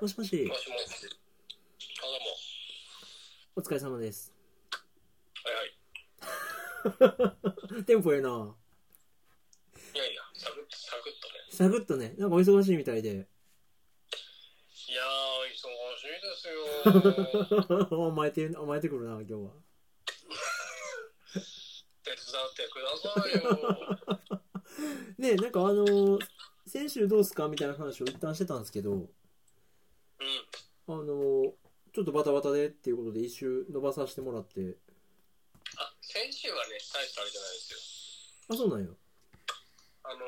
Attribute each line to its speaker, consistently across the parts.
Speaker 1: もしもし
Speaker 2: も、しもし。あ、どうも。
Speaker 1: お疲れ様です。
Speaker 2: はいはい。
Speaker 1: テンポええな。
Speaker 2: いやいや、サクッサクッとね。
Speaker 1: サクッとね、なんかお忙しいみたいで。
Speaker 2: いやー、忙しいですよ
Speaker 1: 甘えて、甘えてくるな、今日は。
Speaker 2: 手伝ってくださいよ。
Speaker 1: ねえなんかあのー先週どうすかみたいな話を一旦してたんですけど、
Speaker 2: うん。
Speaker 1: あのーちょっとバタバタでっていうことで一周伸ばさせてもらって。
Speaker 2: あ、先週はね、大したあれじゃないですよ。
Speaker 1: あ、そうなんや。
Speaker 2: あの、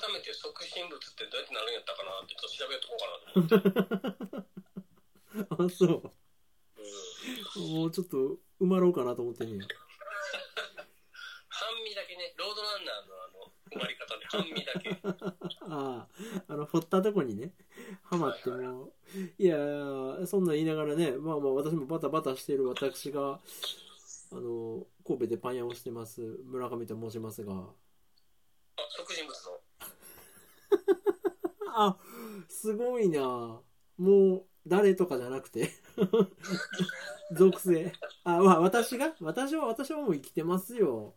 Speaker 2: 改めて促進物ってどうやってなるんやったかなって、ちょっと調べとこうかなと思って。
Speaker 1: あ、そ
Speaker 2: うん。
Speaker 1: う。もうちょっと埋まろうかなと思ってんねや。
Speaker 2: 半身だけね、ロードランナーのあの、埋まり方で半身だけ。
Speaker 1: ああ、あの、掘ったとこにね、はまってもう、いやー、そんなん言いながらね、まあまあ私もバタバタしている私が、あの、神戸でパン屋をしてます、村上と申しますが、
Speaker 2: あ、促進物の。
Speaker 1: あ、すごいなもう、誰とかじゃなくて、 属性。あ、わ、私が私は、私はもう生きてますよ。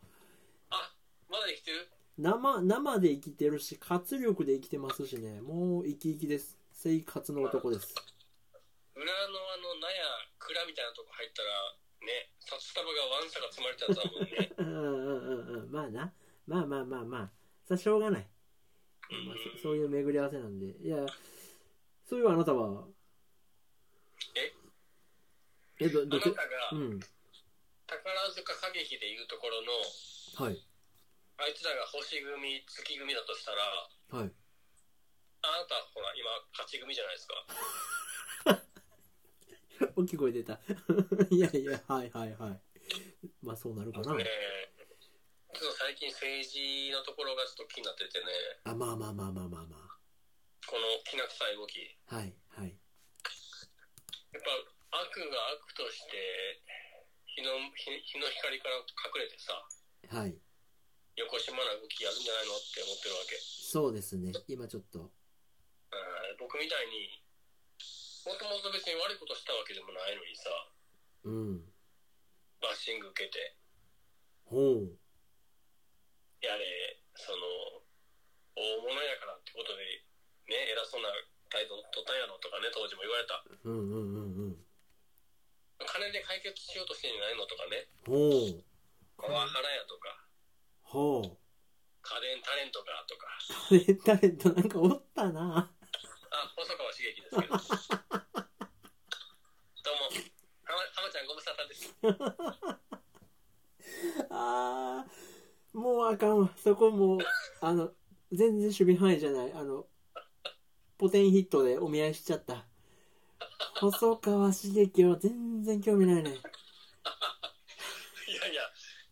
Speaker 2: あ、まだ生きてる
Speaker 1: 生、生で生きてるし、活力で生きてますしね、もう生き生きです。生活の男です。
Speaker 2: 裏のあの、納屋、蔵みたいなとこ入ったら、ね、札束がわんさか積まれてたやつだもんね。
Speaker 1: うんうんうんうんまあなまあまあまあまあさしょうがない、
Speaker 2: うん
Speaker 1: まあ、そそういう巡り合わせなんでいやそういうあなたは
Speaker 2: え
Speaker 1: えど
Speaker 2: あな
Speaker 1: ど
Speaker 2: た
Speaker 1: け
Speaker 2: が
Speaker 1: うん
Speaker 2: 宝塚歌劇でいうところの
Speaker 1: はい
Speaker 2: あいつらが星組月組だとしたらあ
Speaker 1: はい
Speaker 2: なたほら今勝ち組じゃないですか
Speaker 1: 大きい声出た いやいやはいはいはいまあそうなるかな
Speaker 2: ねえちょっと最近政治のところがちょっと気になっててね
Speaker 1: あまあまあまあまあまあま
Speaker 2: このきな臭い動きや
Speaker 1: あはいはい
Speaker 2: っぱ悪が悪として日の日日の光から隠れてさ
Speaker 1: はい
Speaker 2: 横島な動きやるんじゃないのって思ってるわけ
Speaker 1: そうですね今ちょっと
Speaker 2: うん僕みたいにもともと別に悪いことしたわけでもないのにさ
Speaker 1: うん
Speaker 2: バッシング受けて
Speaker 1: ほ
Speaker 2: やれその大物やからってことでね偉そうな態度取ったんやろとかね当時も言われた
Speaker 1: ううんうんうんうん
Speaker 2: 金で解決しようとしてんじゃないのとかね
Speaker 1: ほう
Speaker 2: パワハラやとか
Speaker 1: ほう
Speaker 2: 家電タレントがとか
Speaker 1: タレタレントなんかおったな
Speaker 2: あ細川茂樹ですけど どうも浜浜ちゃんご無沙汰です
Speaker 1: あーもうあかんわそこもうあの全然守備範囲じゃないあのポテンヒットでお見合いしちゃった細川茂樹は全然興味ないね
Speaker 2: いやいや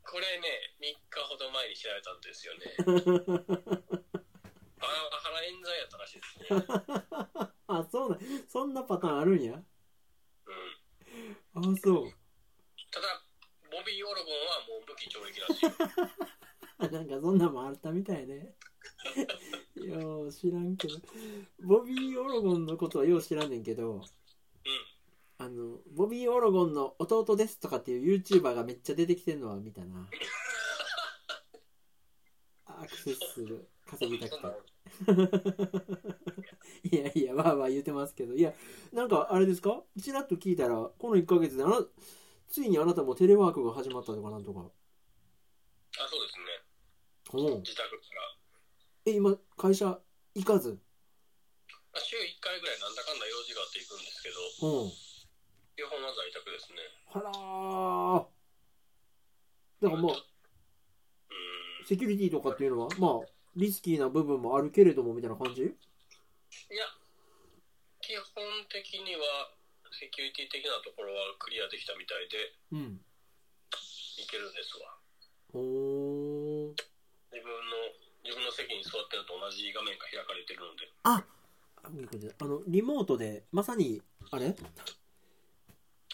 Speaker 2: これね3日ほど前に調べたんですよね パワハラ冤罪やったらしいですね、
Speaker 1: あそうなんそんなパターンあるんや
Speaker 2: うん、
Speaker 1: あそう
Speaker 2: ただボビー・オルゴンはもう無期懲役らしいよ
Speaker 1: あ なんかそんなんもあったみたい ねいや知らんけどボビー・オロゴンのことはよう知らんねんけど
Speaker 2: うん
Speaker 1: あのボビー・オロゴンの弟ですとかっていう YouTuber がめっちゃ出てきてるのは見たなアクセスする稼ぎたくていやいやわーわー言うてますけどいやなんかあれですかちらっと聞いたらこの1ヶ月であなついにあなたもテレワークが始まったとかなんとか
Speaker 2: あそうですね
Speaker 1: うん
Speaker 2: 自宅から
Speaker 1: え今会社行かず
Speaker 2: あ週1回ぐらいなんだかんだ用事があって行くんですけど
Speaker 1: うん
Speaker 2: 基本は在宅ですね
Speaker 1: あらーだからまあ
Speaker 2: うん
Speaker 1: セキュリティとかっていうのはまあリスキーな部分もあるけれどもみたいな感じ
Speaker 2: いや基本的にはセキュリティ的なところはクリアできたみたいで
Speaker 1: うん
Speaker 2: いけるんですわ
Speaker 1: おー
Speaker 2: 自分の自分の席に座ってると同じ画面が開かれてるので
Speaker 1: あごめんごめんあのリモートでまさにあれ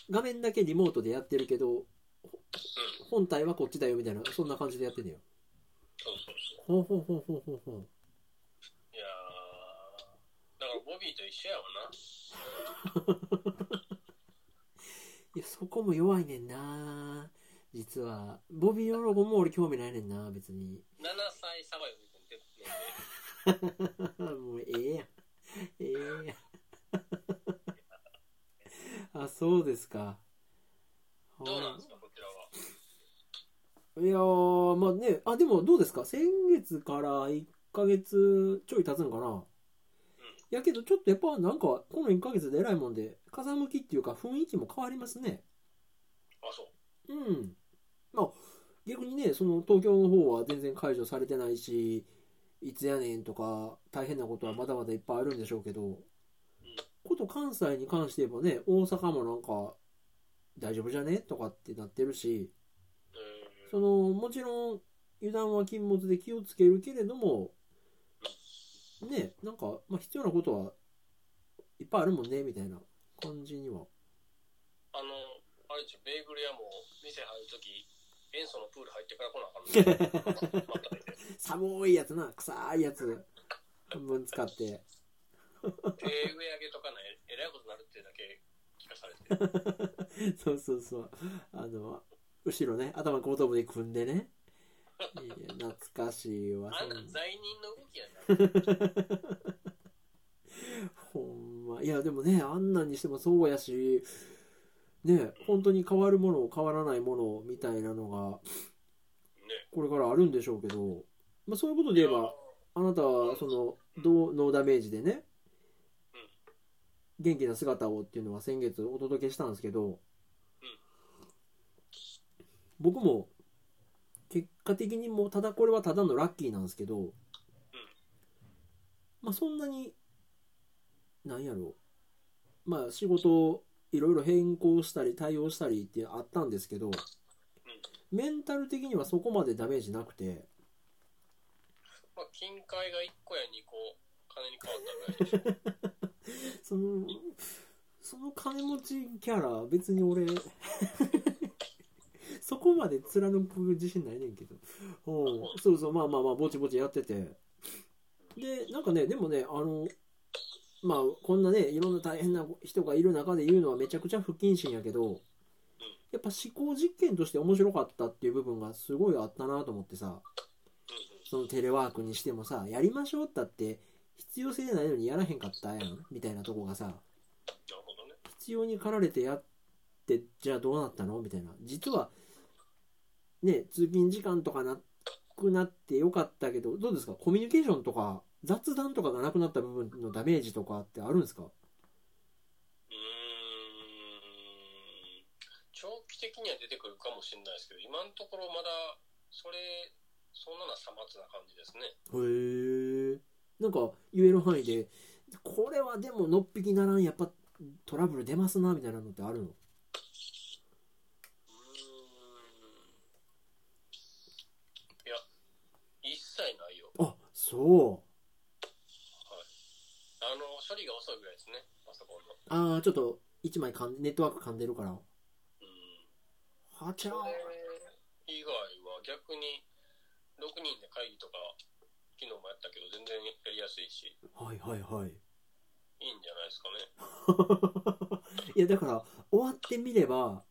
Speaker 1: 画面だけリモートでやってるけどほ本体はこっちだよみたいなそんな感じでやってんねよ
Speaker 2: そうそうそう
Speaker 1: ほうほうほうほうほうほう
Speaker 2: いやーだからボビーと一緒やわな
Speaker 1: いやそこも弱いねんな実はボビー・ヨロゴも俺興味ないねんな別に
Speaker 2: 7歳差はより込んでね
Speaker 1: もうええやんええやん あそうですか
Speaker 2: どうなんですかこちらはい
Speaker 1: やーまあねあでもどうですか先月から1ヶ月ちょい経つのかな、やけどちょっとやっぱなんかこの1ヶ月で偉いもんで風向きっていうか雰囲気も変わりますね
Speaker 2: あそう
Speaker 1: うんまあ逆にねその東京の方は全然解除されてないしいつやねんとか大変なことはまだまだいっぱいあるんでしょうけどこと関西に関して言えばね大阪もなんか大丈夫じゃねとかってなってるし
Speaker 2: う
Speaker 1: そのもちろん油断は禁物で気をつけるけれどもねなんか、まあ、必要なことはいっぱいあるもんねみたいな感じには
Speaker 2: あのあれでしょベーグル屋も店入るとき塩素のプール入ってから来なあかんの またね
Speaker 1: 寒いやつな臭いやつ半分使って
Speaker 2: 手上上げとかないえらいことになるってだけ聞かされ てうん
Speaker 1: そうそうそうあの後ろね頭後頭部で組んでねいや懐かしいわ
Speaker 2: あんな
Speaker 1: そんな
Speaker 2: 罪人の動きやな
Speaker 1: ほんまいやでもねあんなんにしてもそうやしね本当に変わるもの変わらないものみたいなのが
Speaker 2: ね
Speaker 1: これからあるんでしょうけど、まあ、そういうことで言えばあなたはそのどうノーダメージでね
Speaker 2: うん
Speaker 1: 元気な姿をっていうのは先月お届けしたんですけど僕も結果的にもうただこれはただのラッキーなんですけどまあそんなになんやろうまあ仕事をいろいろ変更したり対応したりってあったんですけどメンタル的にはそこまでダメージなくて、
Speaker 2: まあ金塊が1個や2個金に変わったぐらいでしょ
Speaker 1: そのその金持ちキャラ別に俺 そこまで貫く自信ないねんけどおうそうそうまあまあまあぼちぼちやっててでなんかねでもねあのまあこんなねいろんな大変な人がいる中で言うのはめちゃくちゃ不謹慎やけどやっぱ思考実験として面白かったっていう部分がすごいあったなと思ってさそのテレワークにしてもさやりましょうったって必要性ないのにやらへんかったやんみたいなとこがさ
Speaker 2: なるほどね
Speaker 1: 必要に駆られてやってじゃあどうなったのみたいな実はね通勤時間とかなくなってよかったけどどうですかコミュニケーションとか雑談とかがなくなった部分のダメージとかってあるんですか
Speaker 2: うーん長期的には出てくるかもしれないですけど今のところまだそれそんなのはさまつな感じですね
Speaker 1: へえなんか言える範囲でこれはでものっぴきならんやっぱトラブル出ますなみたいなのってあるの
Speaker 2: うーんいや一切ないよ
Speaker 1: あそう
Speaker 2: あの処理が遅いぐらいですねパソコンの
Speaker 1: ああちょっと一枚かんネットワーク噛んでるから
Speaker 2: うん
Speaker 1: はち
Speaker 2: そ
Speaker 1: ゃー
Speaker 2: れ以外は逆に6人で会議とか昨日もやったけど全然やりやすいし
Speaker 1: はいはいはい
Speaker 2: いいんじゃないですか
Speaker 1: い
Speaker 2: ね
Speaker 1: やだから終わってみれば、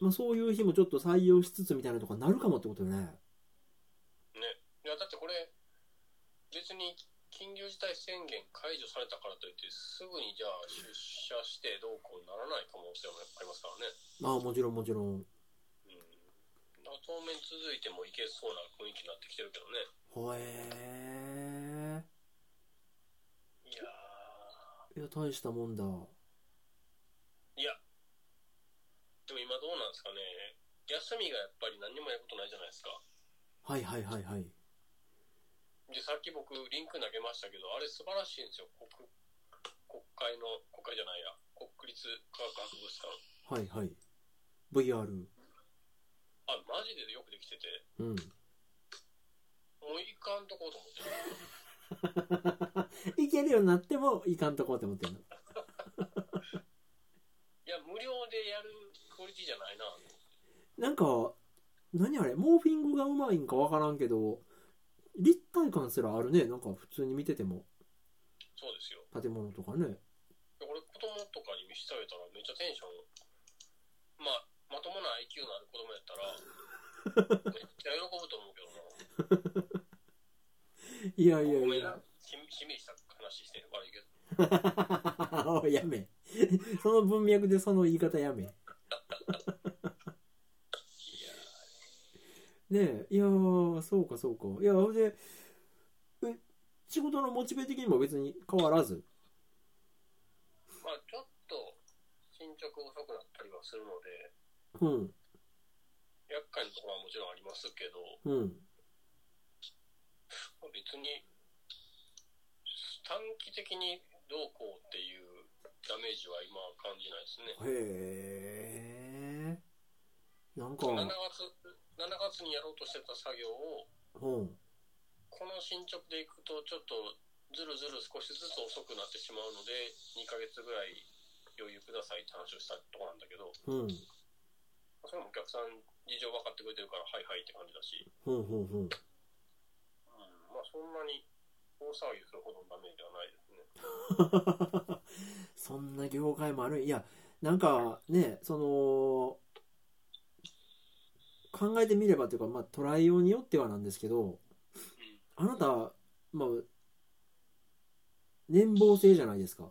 Speaker 1: まあ、そういう日もちょっと採用しつつみたいなとかなるかもってことよね
Speaker 2: いやだってこれ別に緊急事態宣言解除されたからといってすぐにじゃあ出社してどうこうならない可能性もやっぱありますからね
Speaker 1: ああもちろんもちろん
Speaker 2: うん当面続いてもいけそうな雰囲気になってきてるけどね
Speaker 1: ほえ
Speaker 2: いやー
Speaker 1: ーいや大したもんだ
Speaker 2: でも今どうなんですかね休みがやっぱり何にもやることないじゃないですか
Speaker 1: はいはいはいはい
Speaker 2: でさっき僕リンク投げましたけどあれ素晴らしいんですよ国国会の国会じゃないや国立科学博物館
Speaker 1: はいはい VR
Speaker 2: あマジでよくできてて
Speaker 1: うん
Speaker 2: もういかんとこうと思って
Speaker 1: い
Speaker 2: る
Speaker 1: けるようになってもいかんとこうって思ってるの
Speaker 2: いや無料でやるクオリティじゃないな
Speaker 1: なんか何あれモーフィングがうまいんかわからんけど立体感すらあるねなんか普通に見てても
Speaker 2: そうですよ
Speaker 1: 建物とかね
Speaker 2: いやこれこ供とかに見せてあげたらめっちゃテンション、まあ、まともな IQ のある子供やったら、 めっちゃ喜ぶと思うけどな。
Speaker 1: いやいや
Speaker 2: ごめ
Speaker 1: い
Speaker 2: んな
Speaker 1: や。。
Speaker 2: ししみりした話して悪いけど。
Speaker 1: おいやめ。その文脈でその言い方やめ。ね
Speaker 2: いや
Speaker 1: え、いやー、そうかそうか。いや、ほんで、え、仕事のモチベ的にも別に変わらず。
Speaker 2: まあ、ちょっと進捗遅くなったりはするので、
Speaker 1: うん、
Speaker 2: 厄介なところはもちろんありますけど、
Speaker 1: うん。
Speaker 2: まあ別に短期的にどうこうっていうダメージは今は感じないですね。
Speaker 1: へえ。なんか、
Speaker 2: 7月 ,7 月にやろうとしてた作業
Speaker 1: う
Speaker 2: を
Speaker 1: ん。
Speaker 2: この進捗でいくとちょっとずるずる少しずつ遅くなってしまうので2ヶ月ぐらい余裕くださいって話をしたとこなんだけど
Speaker 1: うん。
Speaker 2: それもお客さん事情分かってくれてるからはいはいって感じだし、
Speaker 1: うん、うん、うん。
Speaker 2: うん、まあそんなに大騒ぎするほどのダメージはないですね。
Speaker 1: そんな業界もあるいやなんかねその考えてみればというかまあ捉えようによってはなんですけど
Speaker 2: うん
Speaker 1: あなたまあ年俸制じゃないですか
Speaker 2: うん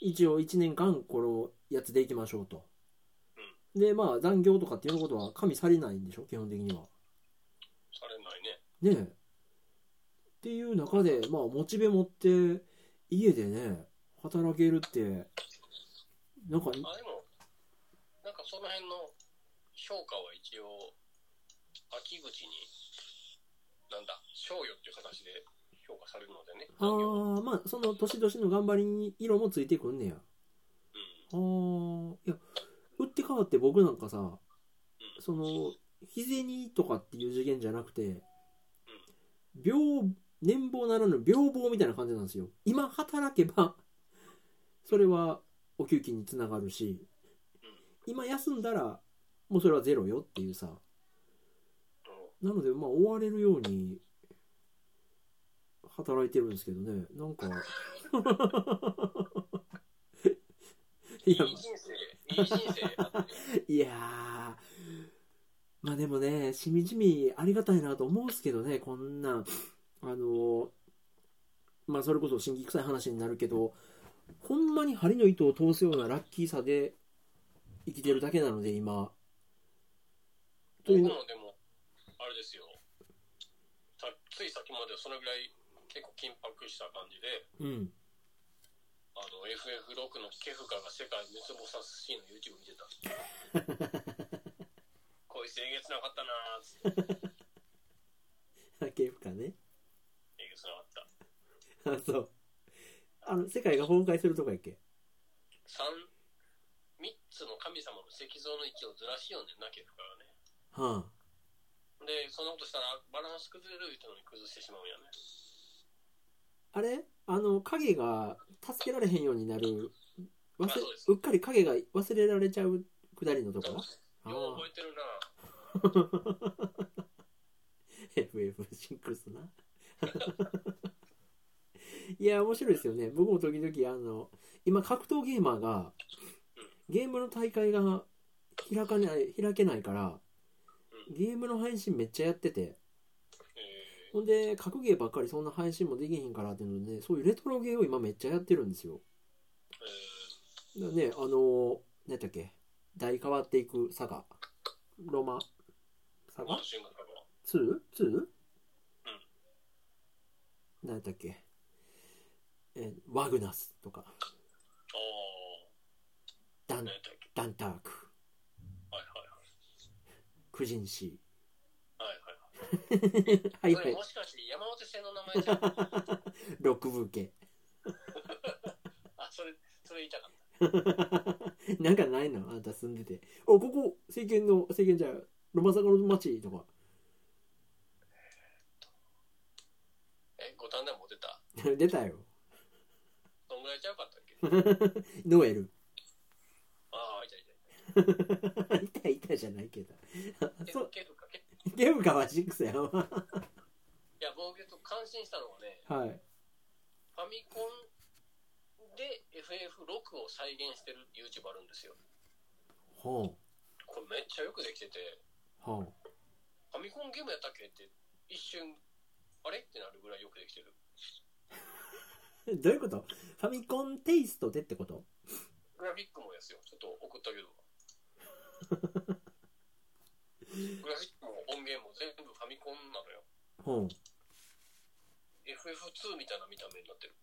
Speaker 1: 一応1年間このやつでいきましょうとでまあ残業とかっていうことは加味されないんでしょ基本的には
Speaker 2: されないね。
Speaker 1: ねえっていう中でまあモチベ持って家でね働けるってなんか
Speaker 2: あでもなんかその辺の評価は一応秋口になんだ賞与っていう形で評価されるのでね
Speaker 1: あ
Speaker 2: 残業
Speaker 1: あまあその年々の頑張りに色もついてくんねやあ
Speaker 2: うん
Speaker 1: あーいや打って変わって僕なんかさ
Speaker 2: うん
Speaker 1: その日銭とかっていう次元じゃなくて秒年俸ならぬ秒俸みたいな感じなんですよ今働けばそれはお給金につながるし今休んだらもうそれはゼロよっていうさ
Speaker 2: うん
Speaker 1: なのでまあ追われるように働いてるんですけどねなんかい
Speaker 2: いい
Speaker 1: や
Speaker 2: 人生いい人生だって
Speaker 1: いやーまあでもねしみじみありがたいなと思うんですけどねこんなんあのーまあそれこそ心機臭い話になるけどほんまに針の糸を通すようなラッキーさで生きてるだけなので今 という
Speaker 2: 僕もでもあれですよさつい先までそのぐらい結構緊迫した感じで
Speaker 1: うん
Speaker 2: あの FF6 のケフカが世界滅亡さすシーンの YouTube 見て たこいつえげつなかったなーっつって
Speaker 1: 警部かね
Speaker 2: えげつなかった
Speaker 1: あそうあの世界が崩壊するとかやっけ
Speaker 2: 三三つの神様の石像の位置をずらしよんねんな結果がね
Speaker 1: はあ
Speaker 2: でそんなことしたらバランス崩れるいうのに崩してしまうんやね
Speaker 1: あれあの影が助けられへんようになる忘
Speaker 2: あ
Speaker 1: れ
Speaker 2: そうです
Speaker 1: うっかり影が忘れられちゃうくだりのとこ
Speaker 2: よ
Speaker 1: ろ
Speaker 2: う 覚えてるな
Speaker 1: FF6 な いや面白いですよね僕も時々あの今格闘ゲーマーがゲームの大会が開かない開けないからゲームの配信めっちゃやってて
Speaker 2: えー
Speaker 1: ほんで格ゲーばっかりそんな配信もできへんからっていうのでそういうレトロゲーを今めっちゃやってるんですよ
Speaker 2: え
Speaker 1: だからねあの何だっけ代変わっていく佐賀ロマ
Speaker 2: ー、
Speaker 1: 佐
Speaker 2: マ
Speaker 1: 賀
Speaker 2: ンシングルかな
Speaker 1: 2?2? 何だっけえワグナスとか
Speaker 2: あ
Speaker 1: ダ
Speaker 2: あ
Speaker 1: ン
Speaker 2: 何やったっけ
Speaker 1: ダンターク
Speaker 2: はいはい
Speaker 1: クジンシ
Speaker 2: はいはいは
Speaker 1: ーハイ
Speaker 2: い
Speaker 1: フェ
Speaker 2: それもしかして山手線の名前じゃん
Speaker 1: ロックブーケ
Speaker 2: あそれそれ言いたかっ
Speaker 1: なんかないのあんた住んでておここ政権の政権じゃないロマサガの町とか
Speaker 2: たえ五反田も出た
Speaker 1: 出たよ
Speaker 2: そんぐらいちゃうかったっけ
Speaker 1: ノエル
Speaker 2: ああいたいたい
Speaker 1: いたいたじゃないけど
Speaker 2: た
Speaker 1: そう
Speaker 2: ケフカケフカ
Speaker 1: ゲームかはシックスやわ
Speaker 2: いや僕結構感心したのがね
Speaker 1: はい
Speaker 2: ファミコンでで FF6 を再現してる YouTube あるんですよ
Speaker 1: ほ
Speaker 2: これめっちゃよくできてて
Speaker 1: うほう
Speaker 2: ファミコンゲームやったっけって一瞬あれってなるぐらいよくできてる
Speaker 1: え どういうことファミコンテイストでってこと
Speaker 2: グラフィックもですよちょっと送ったけどグラフィックも音源も全部ファミコンなのよ
Speaker 1: ほう
Speaker 2: FF2 みたいな見た目になってる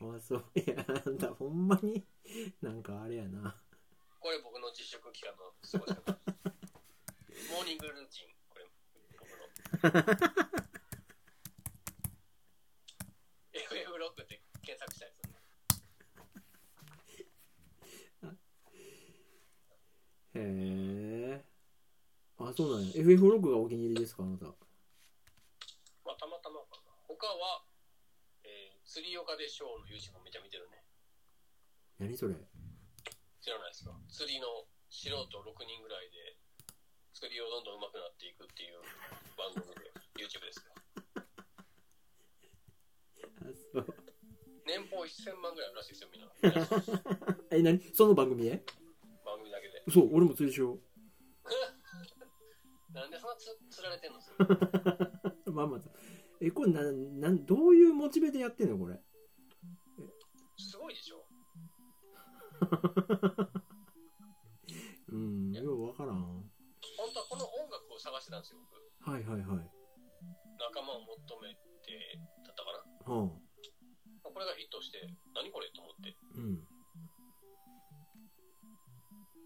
Speaker 1: あそういやなんだほんまになんかあれやな
Speaker 2: これ僕の自粛期間の過ごし方モーニングルーティンこれ僕の FF6 って検索したやつ
Speaker 1: へえあそうなんや FF6 がお気に入りですかあなた
Speaker 2: まあたまたまかな他は、えー、釣り岡でショーの YouTube めっちゃ見てるね
Speaker 1: 何それ
Speaker 2: 知らないですか釣りの素人6人ぐらいで釣りをどんどん上手くなっていくっていう番組で YouTube ですよ
Speaker 1: あそう
Speaker 2: 年俸1000万ぐらいあるらしいですよみんな
Speaker 1: え何その番組で
Speaker 2: 番組だけで
Speaker 1: そう俺も釣りしよ
Speaker 2: なんでそんなつ釣られてんのそれ
Speaker 1: うまあまあえこれななんどういうモチベでやってんのこれ
Speaker 2: すごいでしょ
Speaker 1: うんようわからん
Speaker 2: 本当はこの音楽を探してたんですよ僕
Speaker 1: はいはいはい
Speaker 2: 仲間を求めてだったかな
Speaker 1: は
Speaker 2: これがヒットして何これと思って
Speaker 1: あうん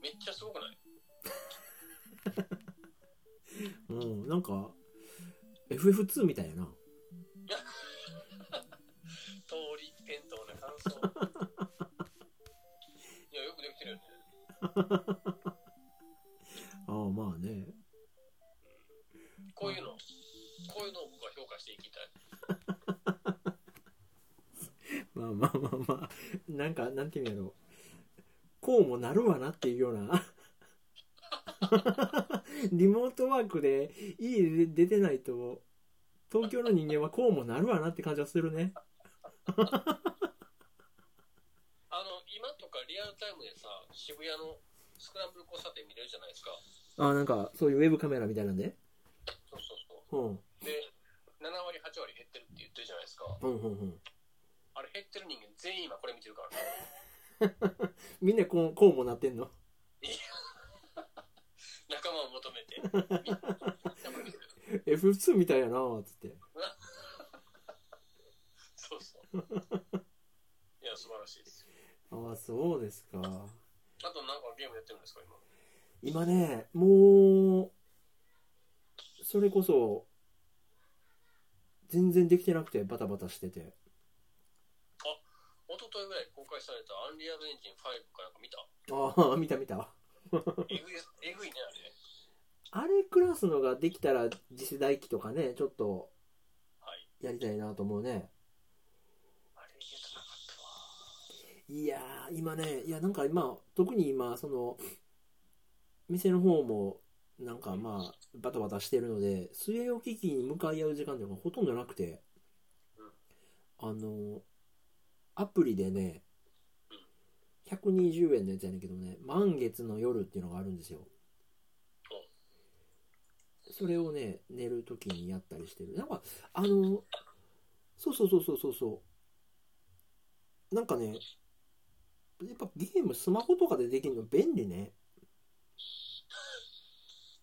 Speaker 2: めっちゃすごくない
Speaker 1: うんなんか FF2 みたいやな
Speaker 2: 通り一辺倒な感想いやよくできてるよね
Speaker 1: ああまあね
Speaker 2: こういうのこういうのを僕は評価していきたい
Speaker 1: まあまあまあまあなんかなんていうんやろこうもなるわなっていうような リモートワークで家で出てないと東京の人間はこうもなるわなって感じはするね
Speaker 2: あの今とかリアルタイムでさ渋谷のスクランブル交差点見れるじゃないですか
Speaker 1: ああなんかそういうウェブカメラみたいなんで
Speaker 2: そうそうそ
Speaker 1: ほうん
Speaker 2: うで7割8割減ってるって言ってるじゃないですか
Speaker 1: ほんほんほん
Speaker 2: あれ減ってる人間全員今これ見てるからね
Speaker 1: みんなこうこうもなってんの
Speaker 2: 仲間を求めて みんなこれ見てる
Speaker 1: F2 みたいやなっつって
Speaker 2: そうそう。いや、素晴らしいです。
Speaker 1: ああそうですか
Speaker 2: あと、なんかゲームやってるんですか、今。
Speaker 1: 今ねもうそれこそ全然できてなくてバタバタしてて
Speaker 2: 一昨日ぐらい公開されたアンリアルエンジン5かなんか見た
Speaker 1: ああ見た見た
Speaker 2: えぐい、えぐいね、あれ。
Speaker 1: あれクラスのができたら次世代機とかねちょっと
Speaker 2: はい。
Speaker 1: やりたいなと思うね
Speaker 2: あれ、言えてなかったわ。
Speaker 1: いやー今ねいやなんか今特に今その店の方もなんかまあバタバタしてるので据え置き機に向かい合う時間というのがほとんどなくてあのアプリでね120円のやつやねんけどね満月の夜っていうのがあるんですよそれをね寝る時にやったりしてるなんかあのそうそうそうそうそうそうなんかねやっぱゲームスマホとかでできるの便利ね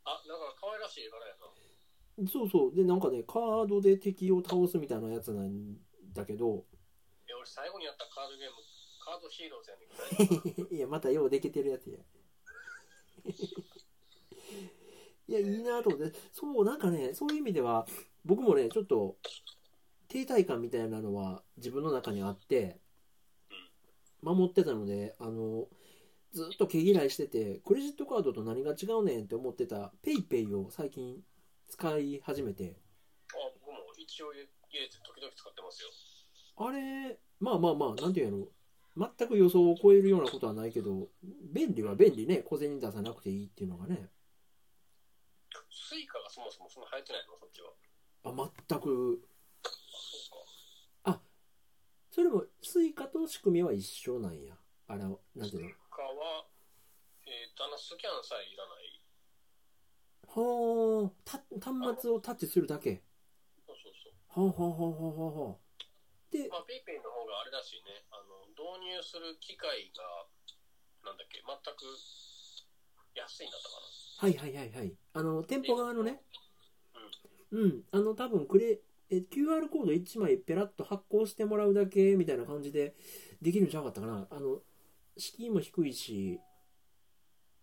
Speaker 2: あ、なんか可愛らしい絵柄やな。
Speaker 1: そうそうでなんかねカードで敵を倒すみたいなやつなんだけど
Speaker 2: え、俺、最後にやったカードゲーム、カードヒーローズやねんけど、
Speaker 1: いやまたようできてるやつや いやいいなと思ってそうなんかねそういう意味では僕もねちょっと停滞感みたいなのは自分の中にあって守ってたのであのずっと毛嫌いしててクレジットカードと何が違うねんって思ってた PayPay を最近使い始めて
Speaker 2: あ、僕も一応入れ入れて時々使ってますよ。
Speaker 1: あれまあまあまあなんていうの全く予想を超えるようなことはないけど便利は便利ね小銭出さなくていいっていうのがね
Speaker 2: スイカがそもそもそんな流行ってないの、そっちは。
Speaker 1: あ全く
Speaker 2: あ、そ
Speaker 1: それもスイカと仕組みは一緒なんやあれをなんていうの
Speaker 2: 他は、えー、とあのスキャンさえいらない。
Speaker 1: ほうた端末をタッチするだけ
Speaker 2: そうそうそう。
Speaker 1: ほうほうほうほうほうほうで
Speaker 2: まあ、ペイペイの方があれだしいね、あの、導入する機会が、なんだっけ、全く安いんだったかな。
Speaker 1: はいはいはいはいあの店舗側のね
Speaker 2: うん
Speaker 1: うんあの多分クレえ QR コード1枚ペラッと発行してもらうだけみたいな感じでできるんちゃうかったかなあの敷居も低いし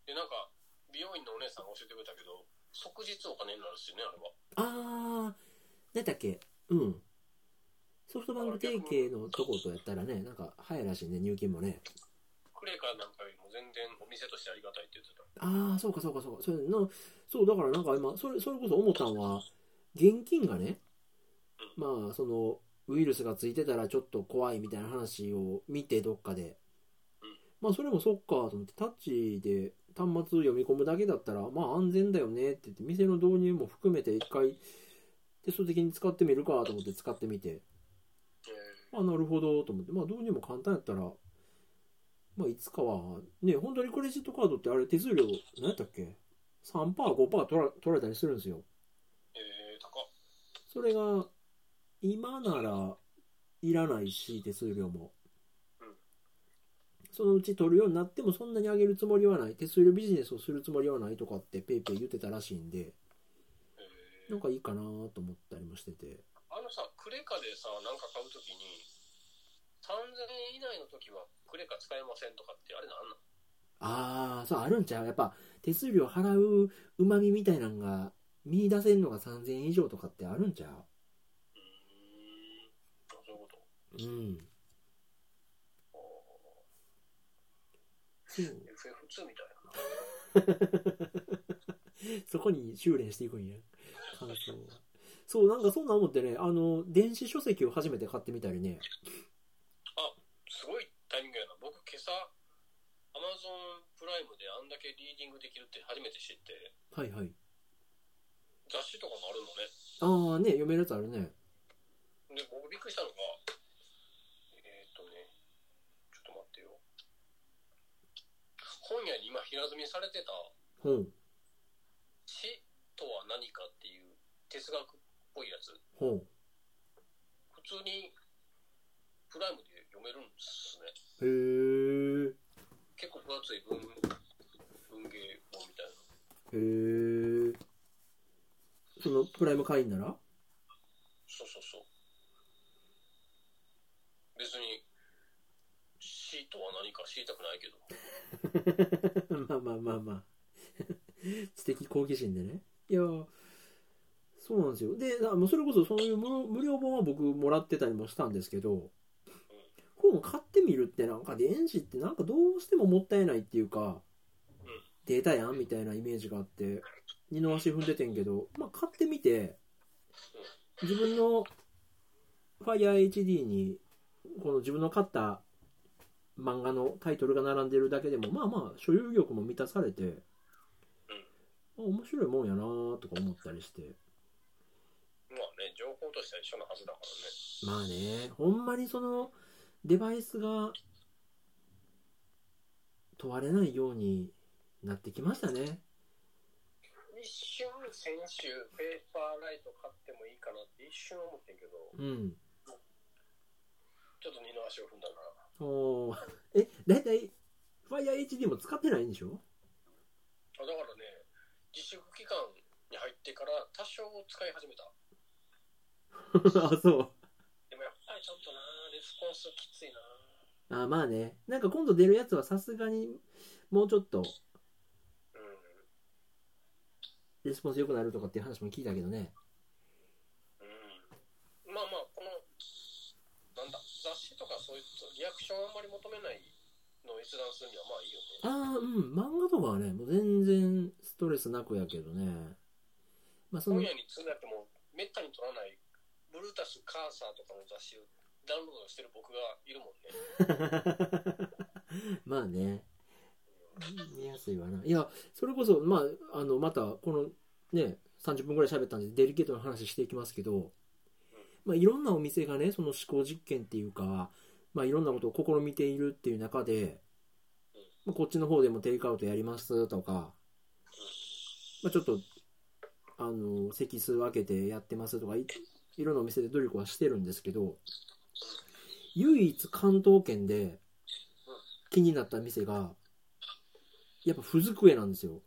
Speaker 2: で、なんか、美容院のお姉さんが教えてくれたけど、即日お金になるしね、あれ
Speaker 1: あ
Speaker 2: は。
Speaker 1: ー何だっけうんソフトバンク提携のとことやったらねなんか早いらしいね入金もね
Speaker 2: クレカなんかよりも全然お店としてありがたいって言ってた。
Speaker 1: ああそうかそうかそうかそれなそうだからなんか今それそれこそ思ったんは現金がねまあそのウイルスがついてたらちょっと怖いみたいな話を見てどっかで
Speaker 2: うん
Speaker 1: まあそれもそっかと思ってタッチで端末読み込むだけだったらまあ安全だよねって言って店の導入も含めて一回テスト的に使ってみるかと思って使ってみて
Speaker 2: え
Speaker 1: まあなるほどと思ってまあ導入も簡単やったらまあいつかはね本当にクレジットカードってあれ手数料何やったっけ3パー5パー取ら取られたりするんですよ
Speaker 2: えー、高っ。
Speaker 1: それが今ならいらないし手数料も
Speaker 2: うん
Speaker 1: そのうち取るようになってもそんなに上げるつもりはない手数料ビジネスをするつもりはないとかってペイペイ言ってたらしいんで
Speaker 2: え
Speaker 1: な
Speaker 2: ー
Speaker 1: んかいいかなと思ったりもしてて
Speaker 2: あのさ、クレカでさ、なんか買うときに、3000円以内のときはクレカ使えませんとかって、あれなんなん
Speaker 1: ああそうあるんちゃうやっぱ手数料払ううまみみたいなんが見出せんのが3000円以上とかってあるんちゃ
Speaker 2: うーん、あそういうこと。
Speaker 1: ううん
Speaker 2: あ
Speaker 1: そ
Speaker 2: ー
Speaker 1: う
Speaker 2: FF2 みたいな。
Speaker 1: そこに修練していくんや感想はそうなんかそんなん思ってねあの電子書籍を初めて買ってみたりね
Speaker 2: すごいタイミングやな。僕、今朝、アマゾンプライムであんだけリーディングできるって初めて知って、
Speaker 1: はいはい
Speaker 2: 雑誌とかもあるの
Speaker 1: ああ
Speaker 2: ね。
Speaker 1: ね読めるやつあるね
Speaker 2: で、僕びっくりしたのが、えーっ、とね、ちょっと待ってよ。本屋に今平積みされてた、
Speaker 1: 本
Speaker 2: 死とは何かっていう哲学っぽいやつ、
Speaker 1: 本
Speaker 2: 普通にプライムで読めるんですね。
Speaker 1: へえ
Speaker 2: 結構分厚い文、文芸本みたいな。
Speaker 1: へえそのプライム会員なら
Speaker 2: そうそうそう。別に、死とは何か知りたくないけ ど。
Speaker 1: まあまあまあまあ知的好奇心でねいやーそうなんですよでなもうそれこそそういう無無料本は僕もらってたりもしたんですけど本を買ってみるってなんか電子ってなんかどうしてももったいないっていうか
Speaker 2: うん
Speaker 1: データやんみたいなイメージがあって二の足踏んでてんけど、まあ、買ってみて自分の FireHD にこの自分の買った漫画のタイトルが並んでるだけでもまあまあ所有欲も満たされて、あ面白いもんやなとか思ったりして
Speaker 2: まあね、情報としては一緒なはずだからね。
Speaker 1: まあねほんまにそのデバイスが問われないようになってきましたね
Speaker 2: 一瞬先週ペーパーライト買ってもいいかなって一瞬思ってんけど
Speaker 1: うん
Speaker 2: ちょっと二の足を踏んだな
Speaker 1: おーえ大体 FireHD も使ってないんでしょ
Speaker 2: あだからね自粛期間に入ってから多少使い始め た
Speaker 1: あそう
Speaker 2: でもやっぱりちょっとなレスポンスきついな
Speaker 1: あまあねなんか今度出るやつはさすがにもうちょっと
Speaker 2: うん
Speaker 1: レスポンス良くなるとかっていう話も聞いたけどね
Speaker 2: うんまあまあこのなんだ雑誌とかそういうリアクションあんまり求めないのを閲覧するにはまあいいよね
Speaker 1: ああうん漫画とかはねもう全然ストレスなくやけどねまあその
Speaker 2: 本屋に積んであってもめったに取らないブルータス・カーサーとかの雑誌をダウンロードしてる僕がいるもんね
Speaker 1: まあね見やすいわないやそれこそまああのまたこのね30分ぐらい喋ったんでデリケートな話していきますけどまあ、いろんなお店がねその思考実験っていうか、まあ、いろんなことを試みているっていう中で、まあ、こっちの方でもテイクアウトやりますとか、まあ、ちょっとあの席数分けてやってますとかいいろんなお店で努力はしてるんですけど唯一関東圏で気になった店がやっぱ不机なんですよ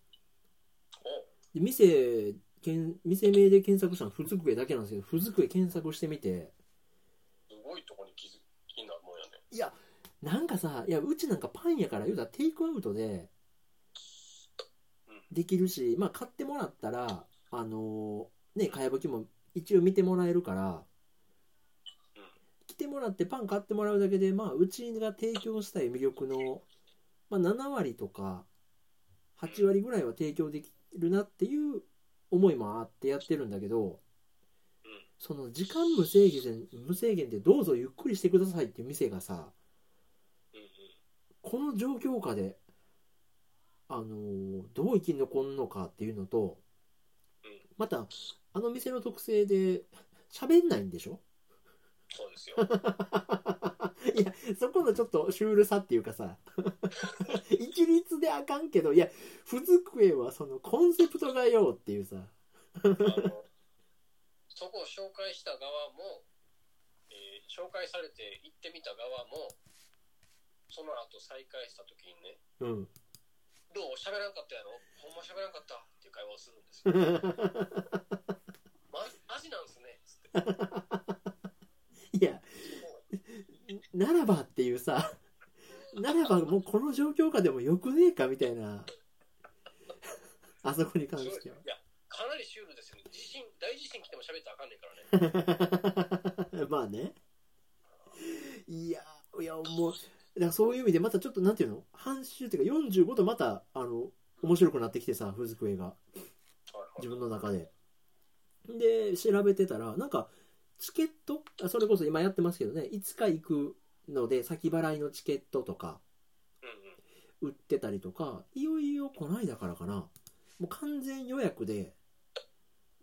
Speaker 1: で店けん店名で検索したの不机だけなんですけど不机検索してみて
Speaker 2: すごいとこに気づきになるもんやね。
Speaker 1: なんかさいやうちなんかパンやから言うたらテイクアウトでできるしまあ買ってもらったらあのーねかやぶきも一応見てもらえるから
Speaker 2: うん
Speaker 1: 来てもらってパン買ってもらうだけでまあうちが提供したい魅力の、まあ、7割とか8割ぐらいは提供できるなっていう思いもあってやってるんだけど
Speaker 2: うん
Speaker 1: その時間無制限無制限でどうぞゆっくりしてくださいっていう店がさ
Speaker 2: うんうん。
Speaker 1: この状況下で、あのーどう生き残るのかっていうのと
Speaker 2: うん
Speaker 1: またあの店の特性で喋んないんでしょ
Speaker 2: そうですよ。
Speaker 1: いやそこのちょっとシュールさっていうかさ 一律であかんけどいや不机はそのコンセプトがよっていうさ
Speaker 2: あのそこを紹介した側も、えー紹介されて行ってみた側もその後再会した時にね
Speaker 1: うん。
Speaker 2: 「どう喋らんかったやろほんま喋らんかった」っていう会話をするんですよ マジマジなんすねつっ
Speaker 1: い
Speaker 2: て
Speaker 1: やならばっていうさならばもうこの状況下でもよくねえかみたいなあそこに関しては。
Speaker 2: いやかなりシュールですよね地震大地震来ても喋ったらあかんねんからね
Speaker 1: まあねいやいやもうだからそういう意味でまたちょっとなんていうの半周っていうか45度またあの面白くなってきてさ風俗映画
Speaker 2: はい
Speaker 1: 自
Speaker 2: はい
Speaker 1: 分の中でで調べてたらなんかチケットあそれこそ今やってますけどねいつか行くので先払いのチケットとか
Speaker 2: うんうん
Speaker 1: 売ってたりとかいよいよこないだからかなもう完全予約で
Speaker 2: あ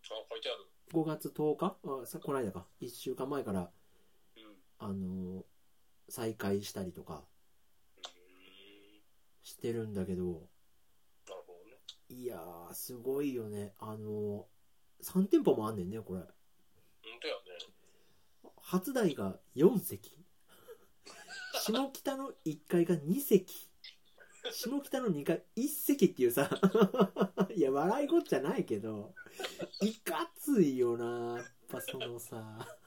Speaker 2: 書いてある
Speaker 1: 5月10日あさこないだか1週間前から
Speaker 2: うんう
Speaker 1: あの再開したりとか
Speaker 2: ーん
Speaker 1: してるんだけど
Speaker 2: なるほどね
Speaker 1: いやーすごいよねあの3店舗もあんねんねこれ
Speaker 2: 本当やね
Speaker 1: 初台が4席下北の1階が2席下北の2階1席っていうさ いや笑いごっちゃないけどいかついよなやっぱそのさ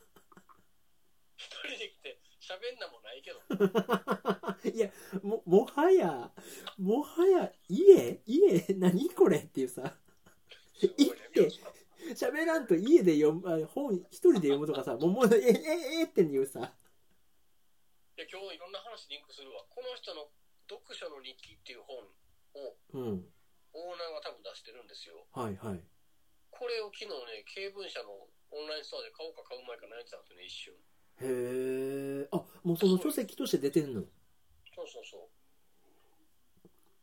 Speaker 2: 一人で来て喋んなもないけど
Speaker 1: いやももはやもはや家家何これっていうさ
Speaker 2: すごいね
Speaker 1: 行って喋らんと家で読むあ本一人で読むと かさもうもうええええっていうさ
Speaker 2: いや今日いろんな話リンクするわこの人の「読書の日記」っていう本を
Speaker 1: うん
Speaker 2: オーナーが多分出してるんですよ
Speaker 1: はいはい
Speaker 2: これを昨日ね経文社のオンラインストアで買おうか買うまいか悩んでたんですよね一瞬
Speaker 1: へえあもうその書籍として出てんの
Speaker 2: そうそうそう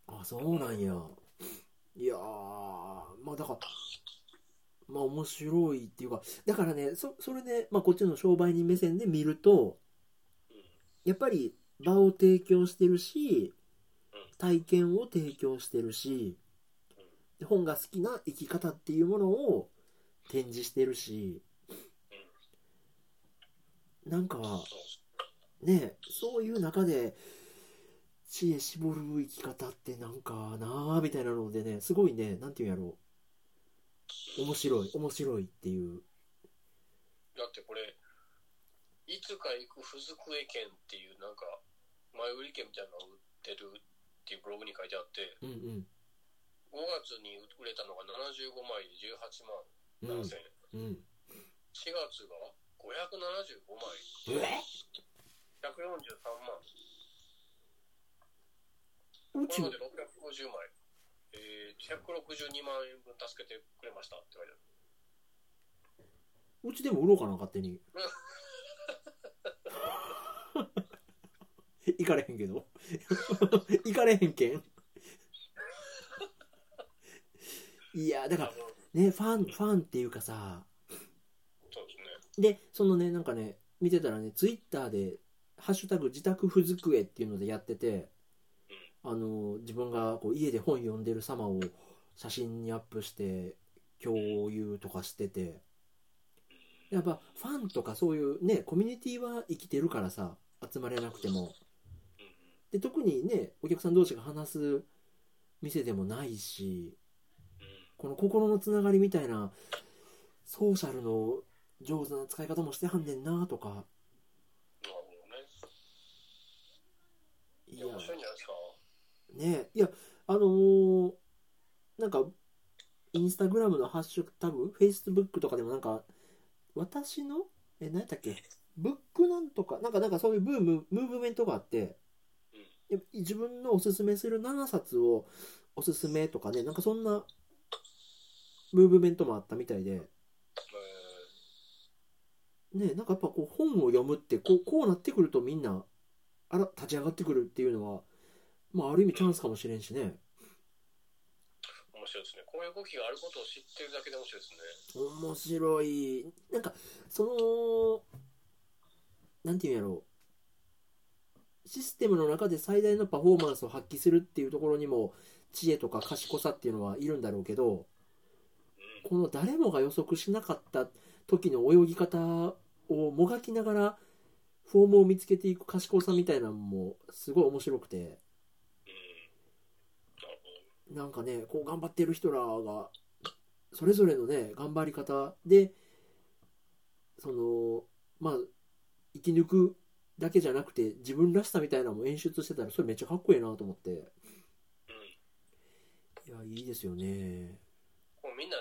Speaker 1: あそうなんやいやーまあだからまあ面白いっていうかだからねそそれで、まあ、こっちの商売人目線で見ると
Speaker 2: うん
Speaker 1: やっぱり場を提供してるし
Speaker 2: うん
Speaker 1: 体験を提供してるしで本が好きな生き方っていうものを展示してるしなんか
Speaker 2: そう
Speaker 1: ねそういう中で知恵絞る生き方ってなんかなあみたいなのでねすごいねなんていうんやろう面白い面白いっていう
Speaker 2: だってこれ「いつか行くふずくえ券」っていうなんか前売り券みたいなのを売ってるっていうブログに書いてあって
Speaker 1: うん
Speaker 2: 5月に売れたのが75枚で18万
Speaker 1: うんうん
Speaker 2: 7000円、
Speaker 1: うん
Speaker 2: 4月が575枚143万
Speaker 1: う
Speaker 2: こ
Speaker 1: ち
Speaker 2: れ
Speaker 1: の
Speaker 2: まで650枚、えー、162万円分助けてくれましたって書いてある。
Speaker 1: うちでも売ろうかな勝手に 行かれへんけど行かれへんけんいやだから
Speaker 2: あの
Speaker 1: ねファンファンっていうかさ
Speaker 2: そうですね。
Speaker 1: でそのねなんかね見てたらねツイッターで「ハッシュタグ自宅不机」っていうのでやっててあの自分がこう家で本読んでる様を写真にアップして共有とかしててやっぱファンとかそういうねコミュニティは生きてるからさ集まれなくても
Speaker 2: うんうん
Speaker 1: で特にねお客さん同士が話す店でもないし
Speaker 2: うん
Speaker 1: この心のつながりみたいなソーシャルの上手な使い方もしてはんねんなとか
Speaker 2: なるほどね。
Speaker 1: い
Speaker 2: い
Speaker 1: や
Speaker 2: や、面白いんじゃないですか。
Speaker 1: ねいやあのーなんかインスタグラムのハッシュタグフェイスブックとかでもなんか私のえ何やったっけブックなんとかなんかなんかそういうブームムーブメントがあって
Speaker 2: うん
Speaker 1: で自分のおすすめする7冊をおすすめとかねなんかそんなムーブメントもあったみたいで
Speaker 2: え
Speaker 1: ねなんかやっぱこう本を読むってこうこうなってくるとみんなあら立ち上がってくるっていうのは、まあ、ある意味チャンスかもしれんしね。
Speaker 2: ー、面白いですね。こういう動きがあることを知ってるだけで面白いですね。
Speaker 1: 面白いなんかそのなんていうんやろうシステムの中で最大のパフォーマンスを発揮するっていうところにも知恵とか賢さっていうのはいるんだろうけど
Speaker 2: うん。
Speaker 1: この誰もが予測しなかった時の泳ぎ方をもがきながらフォームを見つけていく賢さみたいなのもすごい面白くて
Speaker 2: うん。なるほど。
Speaker 1: なんかねこう頑張ってる人らがそれぞれのね頑張り方でそのまあ生き抜くだけじゃなくて自分らしさみたいなのも演出してたらそれめっちゃかっこいいなと思ってい
Speaker 2: うん。
Speaker 1: やいいですよね
Speaker 2: こうみんな、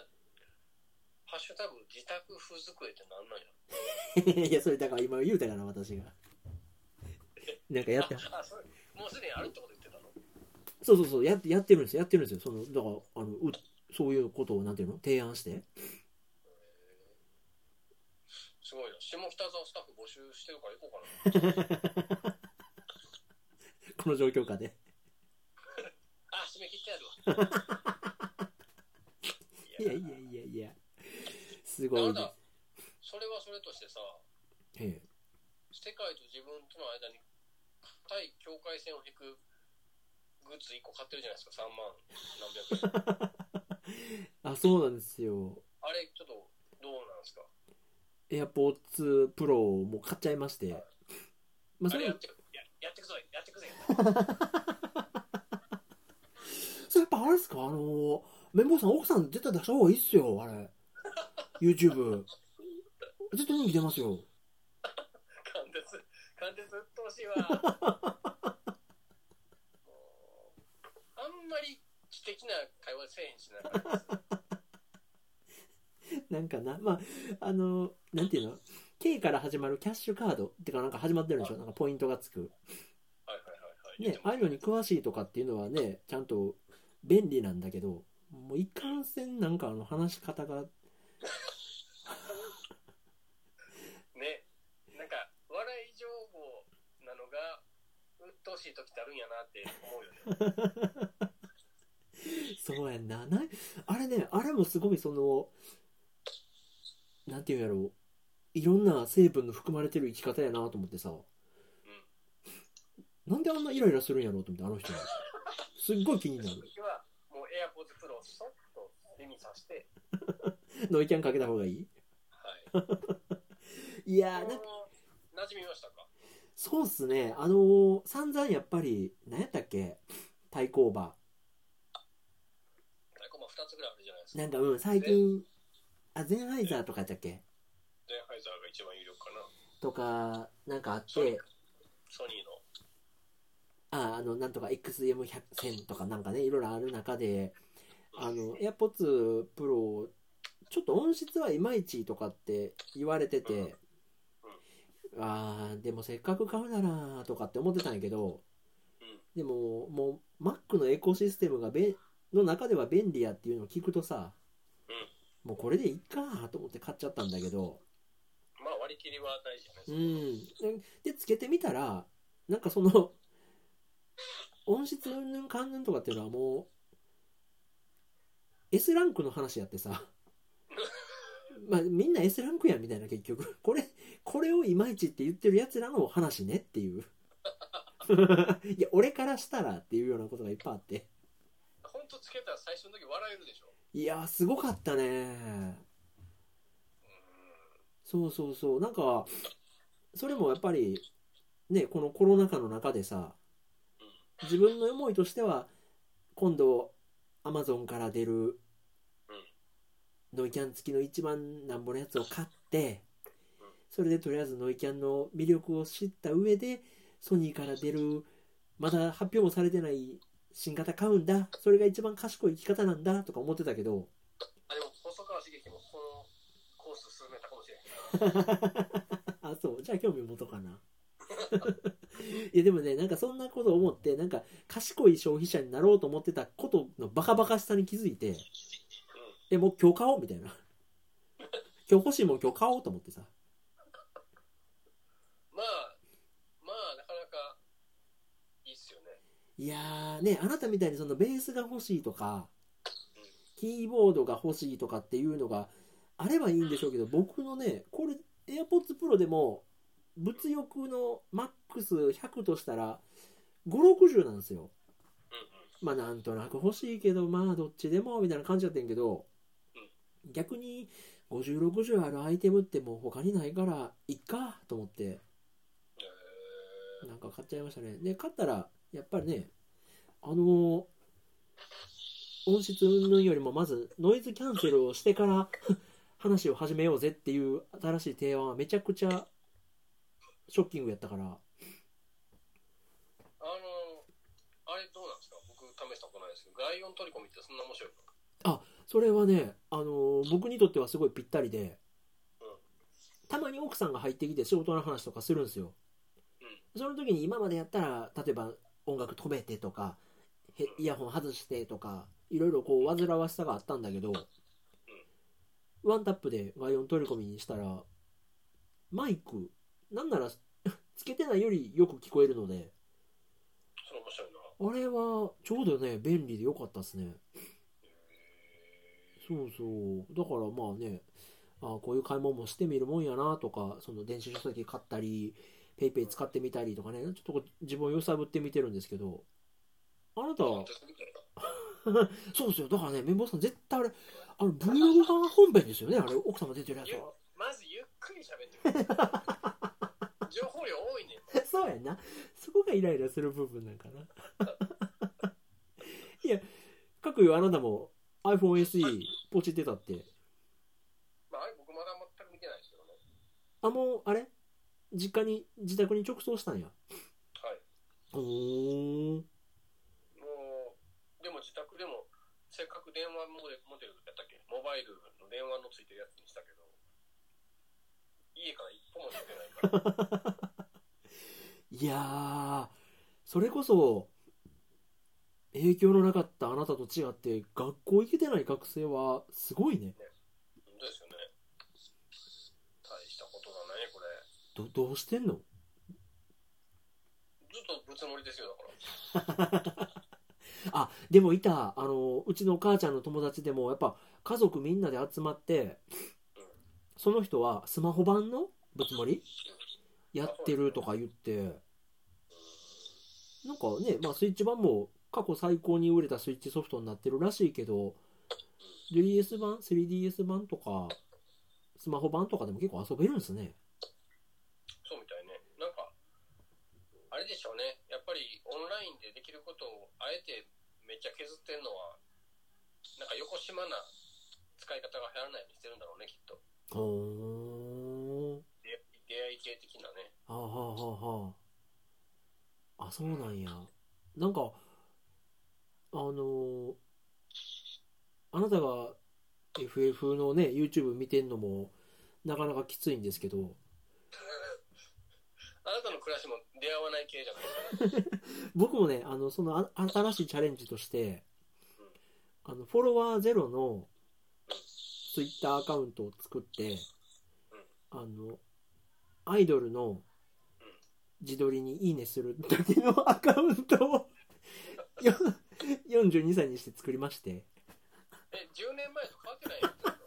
Speaker 2: ハッシュタグ、自宅不机ってなんなん や。
Speaker 1: いやそれだから今言うたかな私が なんかやって
Speaker 2: あ、それ、もうすでにあるってこと言ってたの。
Speaker 1: そうそうそうややってるんですよやってるんですよそのだからあのうそういうことをなんていうの提案して
Speaker 2: すごいな。下北沢スタッフ募集してるから行こうかな。
Speaker 1: この状況下で
Speaker 2: あ、締め切って やるわ。
Speaker 1: いやいやいやいやすご
Speaker 2: ないん
Speaker 1: で
Speaker 2: だ、それはそれとしてさ、
Speaker 1: すええ
Speaker 2: 世界と自分との間に対境界線を引くグッズ1個買ってるじゃないですか3万何百円
Speaker 1: あそうなんですよ
Speaker 2: あれちょっとどうなんですか
Speaker 1: エアポーツプロをもう買っちゃいまして、まあ、
Speaker 2: あ
Speaker 1: そ
Speaker 2: れ
Speaker 1: れ
Speaker 2: や
Speaker 1: は
Speaker 2: ってややってくぞいやってくぜ
Speaker 1: それやっぱあれですかあの綿棒さん奥さん絶対出した方がいいっすよあれ YouTube 絶対人気出ますよ
Speaker 2: 貫徹貫徹うっとうしい わもうあんまり知的な会話せえへんしな感じです
Speaker 1: なんかなまああのなんていうの K から始まるキャッシュカードってかなんか始まってるんでしょなんかポイントがつく
Speaker 2: はいはいはいはい
Speaker 1: ねああいうのに詳しいとかっていうのはねちゃんと便利なんだけどもういかんせんなんかあの話し方が
Speaker 2: ねなんか笑い情報なのがうっとうしい時ってあるんやなって思うよね
Speaker 1: そうやんななあれねあれもすごいそのなんていうんやろういろんな成分の含まれてる生き方やなと思ってさ、なんであんなイライラするんやろうと思ってあの人すっごい気にな
Speaker 2: その
Speaker 1: る
Speaker 2: 時はもうエアポーズプロをそっと手にさして、
Speaker 1: ノイキャンかけた方がいい
Speaker 2: はい、
Speaker 1: いや
Speaker 2: あ
Speaker 1: ーなんか
Speaker 2: の馴染みましたか
Speaker 1: そうっすねあのー散々やっぱり何やったっけ対抗馬
Speaker 2: 太鼓判2つぐらいあるじゃないですか
Speaker 1: なんかうん最近あゼンハイザーとかやったっけ
Speaker 2: ゼンハイザーが一番有力かな
Speaker 1: とかなんかあっ
Speaker 2: ソニ
Speaker 1: て
Speaker 2: ーソニーの
Speaker 1: ああのなんとか XM100 とかなんかねいろいろある中であの AirPods Pro ちょっと音質はいまいちとかって言われて
Speaker 2: うんう
Speaker 1: て
Speaker 2: ん
Speaker 1: あーでもせっかく買うならとかって思ってたんやけど
Speaker 2: うん
Speaker 1: でももう Mac のエコシステムがべんの中では便利やっていうのを聞くとさもうこれでいいかと思って買っちゃったんだけど
Speaker 2: まあ割り切りは大事じゃないで
Speaker 1: う
Speaker 2: すか、
Speaker 1: んでつけてみたらなんかその音質うんぬんかんぬんとかっていうのはもう S ランクの話やってさまあ、みんな S ランクやんみたいな結局これこれをいまいちって言ってるやつらの話ねっていう いや俺からしたらっていうようなことがいっぱいあって
Speaker 2: ほんとつけたら最初の時笑えるでしょ。
Speaker 1: いやーすごかったね
Speaker 2: う
Speaker 1: そうそうそうなんかそれもやっぱりねこのコロナ禍の中でさ自分の思いとしては今度アマゾンから出るノイキャン付きの1万なんぼのやつを買って
Speaker 2: うん
Speaker 1: それでとりあえずノイキャンの魅力を知った上でソニーから出るまだ発表もされてない新型買うんだそれが一番賢い生き方なんだとか思ってたけど
Speaker 2: ん。あ、でも、細川茂樹もこのコース進めたかもしれない。
Speaker 1: あそうじゃあ興味持とうかな いやでもねなんかそんなこと思ってなんか賢い消費者になろうと思ってたことのバカバカしさに気づいてえもう今日買おうみたいな今日欲しいもん今日買おうと思ってさ
Speaker 2: まあ、まあ、なかなか、いいっすよね。
Speaker 1: いやーねあなたみたいにそのベースが欲しいとか
Speaker 2: うん
Speaker 1: キーボードが欲しいとかっていうのがあればいいんでしょうけど僕のねこれ AirPods Pro でも物欲のマックス100としたら560なんですよ
Speaker 2: う
Speaker 1: まあなんとなく欲しいけどまあどっちでもみたいな感じだったんやけど
Speaker 2: う
Speaker 1: 逆に5060あるアイテムってもう他にないからいっかと思って
Speaker 2: んうん。えー
Speaker 1: なんか買っちゃいましたねで買ったらやっぱりねあのー音質云々よりもまずノイズキャンセルをしてから 話を始めようぜっていう新しい提案はめちゃくちゃショッキングやったから
Speaker 2: あの、あれどうなんですか僕試したことないですけど、ライオン取り込みってそんな面白いの
Speaker 1: それはね、あのー僕にとってはすごいぴったりで
Speaker 2: うん
Speaker 1: たまに奥さんが入ってきて仕事の話とかするんですよ、その時に今までやったら例えば音楽止めてとかへイヤホン外してとかいろいろこう煩わしさがあったんだけど、ワンタップでライオン取り込みにしたらマイクなんなら つけてないよりよく聞こえるので
Speaker 2: それ面白いな。
Speaker 1: あれはちょうどね便利でよかったですねそうそうだからまあねあこういう買い物もしてみるもんやなとかその電子書籍買ったり PayPay ペイペイ使ってみたりとかねちょっとこう自分を揺さぶってみてるんですけどあなたはそうですよだからね綿棒さん絶対あれあの Vlog 版本編ですよねあれ奥様出てるやつは
Speaker 2: まずゆっくり喋ってください情報量多いねん。
Speaker 1: そうやんなそこがイライラする部分なんかな いやかくいうあなたも iPhoneSE ポチってたって
Speaker 2: まあ、あれ僕まだ全く見てないですけどね。
Speaker 1: あもうあれ実家に自宅に直送したんや
Speaker 2: はい。
Speaker 1: おー
Speaker 2: もう、でも自宅でも、せっかく電話モデルモデルやったっけモバイルの電話のついてるやつにしたけど、家から一歩も出てないから。
Speaker 1: いやーそれこそ影響のなかったあなたと違って学校行けてない学生はすごいね
Speaker 2: 本当ですよね。大したことだね、これ。
Speaker 1: どどうしてんの
Speaker 2: ずっとぶつもりですよ、だから。
Speaker 1: あでもいたあのうちのお母ちゃんの友達でもやっぱ家族みんなで集まってその人はスマホ版のぶつもりやってるとか言ってなんかね、まあ、スイッチ版も過去最高に売れたスイッチソフトになってるらしいけど 3DS 版 3DS 版とかスマホ版とかでも結構遊べるんですね
Speaker 2: そうみたいね。なんか、あれでしょうね。やっぱりオンラインでできることをあえてめっちゃ削ってんのは、なんか横島な使い方が流行らないようにしてるんだろうね、きっと。
Speaker 1: ほー
Speaker 2: 出出会い系的なね。
Speaker 1: はあはあはあはああそうなんやなんかあのーあなたが FF のね YouTube 見てんのもなかなかきついんですけど
Speaker 2: あなたの暮らしも出会わない系じゃないですか、ね。
Speaker 1: 僕もねあのそのあ新しいチャレンジとしてあのフォロワーゼロの Twitter アカウントを作ってあのアイドルの自撮りに「いいね」するだけのアカウントをよ42歳にして作りまして
Speaker 2: え、10年前と変わってないよ。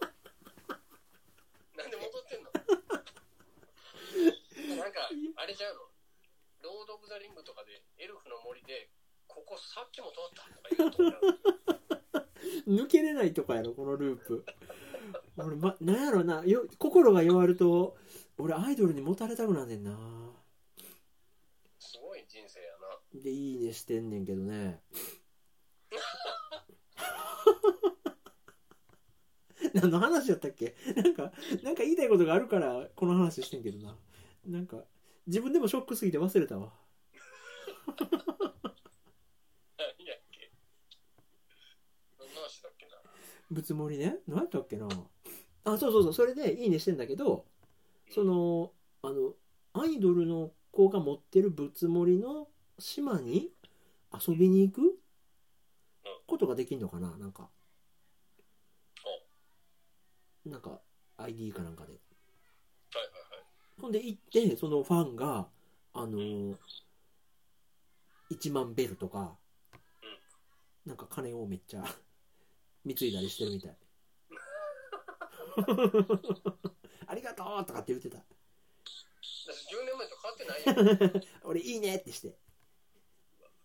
Speaker 2: れじゃうのロード・オブ・ザ・リングとかでエルフの森でここさっきも通ったとか言うと思う
Speaker 1: 抜けれないとかやろこのループ俺、ま、なんやろなよ心が弱ると俺アイドルにもたれたくなんねんな
Speaker 2: すごい人生やな
Speaker 1: でいいねしてんねんけどね 何の話やったっけなんかなんか言いたいことがあるからこの話してんけどななんか自分でもショックすぎて忘れたわ
Speaker 2: 何やっけどんな話だっけな
Speaker 1: ぶつもりね何やったっけなあそうそうそうそれで「いいね」してんだけどそのあのアイドルの子が持ってるぶつもりの島に遊びに行くことができんのかななんかなんか ID かなんかで
Speaker 2: はいはいはい
Speaker 1: ほんで行ってそのファンがあのー1万ベルとかなんか金をめっちゃ 貢いだりしてる みたいありがとうとかって言ってた
Speaker 2: 私10年前と変わってないよ
Speaker 1: 俺いいねってして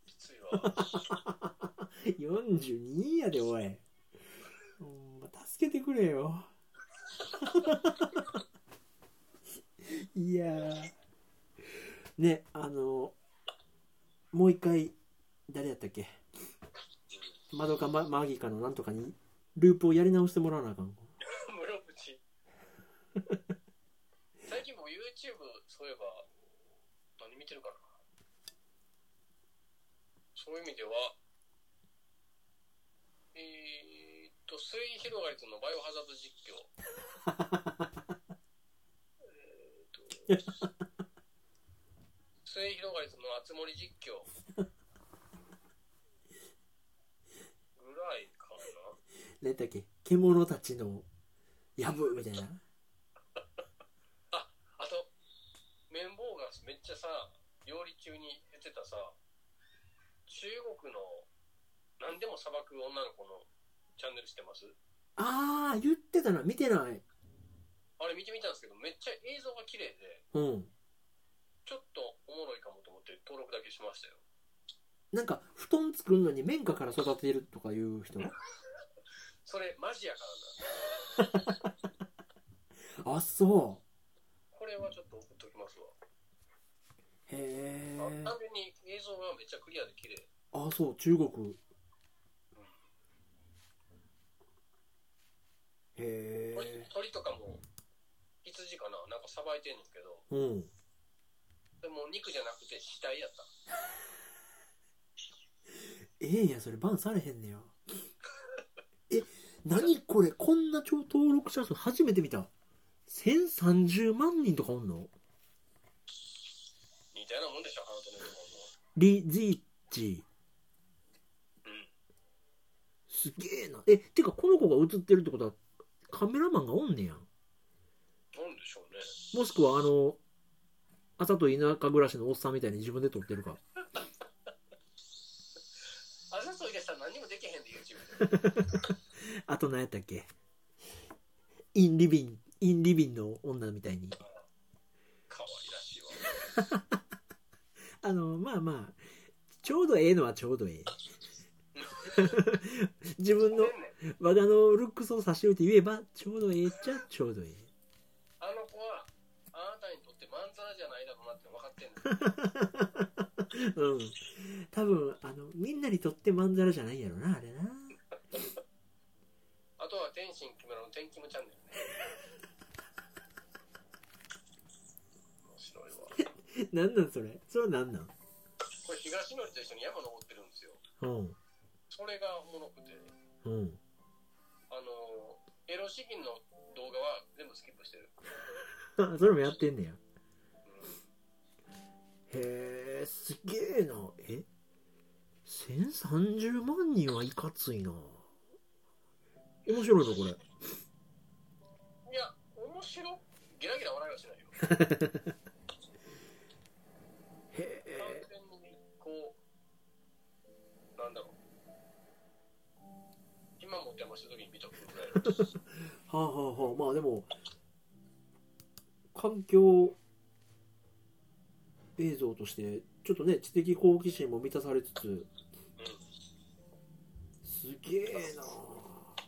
Speaker 2: きついわ
Speaker 1: 42やでおいほんま助けてくれよ いやーねあのもう一回誰やったっけマドカママギカのなんとかにループをやり直してもらわなあかん
Speaker 2: 室伏最近もう YouTube そういえば何見てるかなそういう意味ではえー、っと水広がりとのバイオハザード実況えーっと水広がりとの熱盛実況ぐらいかな
Speaker 1: 何やったっけ獣たちのやぶみたいな
Speaker 2: あと、綿棒がめっちゃさ、料理中に言ってたさ、中国の何でも砂漠女の子のチャンネルしてます
Speaker 1: あー言ってたな見てない
Speaker 2: あれ見てみたんですけど、めっちゃ映像が綺麗で、
Speaker 1: うん
Speaker 2: ちょっとおもろいかもと思って登録だけしましたよ。
Speaker 1: なんか布団作るのに綿花から育てるとかいう人
Speaker 2: それマジやからな。
Speaker 1: あそう
Speaker 2: これはちょっと送っときますわ。
Speaker 1: へえ
Speaker 2: あ単純に映像がめっちゃクリアで綺麗。
Speaker 1: あそう中国へ
Speaker 2: 鳥
Speaker 1: え
Speaker 2: 鳥とかも羊かななんかさばいてんねんけど、
Speaker 1: うん
Speaker 2: でも肉じゃなくて死体やった。
Speaker 1: ええんやそれバンされへんね やえ何これこんな超登録者数初めて見た1030万人とかおんの
Speaker 2: 似たようなもんでしょ、ハートのとこも。
Speaker 1: リジーチ
Speaker 2: うん
Speaker 1: すげえなえてかこの子が映ってるってことはカメラマンがおんねや
Speaker 2: なんでしょうね。
Speaker 1: もしくはあの朝と田舎暮らしのおっさんみたいに自分で撮ってるか
Speaker 2: あざといでさ、何もできへんで、YouTube で。
Speaker 1: あと何やったっけインリビン、インリビンの女みたいに。
Speaker 2: 可愛らしいわ。
Speaker 1: あの、まあまあ、ちょうどええのはちょうどええ。 自分の我がのルックスを差し置いて言えば、ちょうどええっちゃちょうどええ。
Speaker 2: あの子は、あなたにとってまんざらじゃないだろうなって分かってんの。
Speaker 1: うん。多分、あの、みんなにとってまんざらじゃないやろな、あれな。
Speaker 2: あとは天心木村の天気もチャンネルね。面白いわ。こ
Speaker 1: なんなんそれそれはなんなん
Speaker 2: れ、東のりと一緒に山登ってるんですよ。
Speaker 1: うん。
Speaker 2: それがおもろくて、
Speaker 1: うん。
Speaker 2: あの、エロ詩吟の動画は全部スキップしてる。
Speaker 1: あ それもやってんねや。
Speaker 2: うん
Speaker 1: へえ、すげえな。え ?1030 万人はいかついな。面白いぞ、これ。
Speaker 2: いや、面白ギラギラ笑いはしないよ。
Speaker 1: へ
Speaker 2: 完
Speaker 1: え。
Speaker 2: 全にこうなんだろう今持ってました時に見とくぐらいの
Speaker 1: はあはあはあ、まあでも、環境、映像としてちょっとね知的好奇心も満たされつつすげえな
Speaker 2: まあ、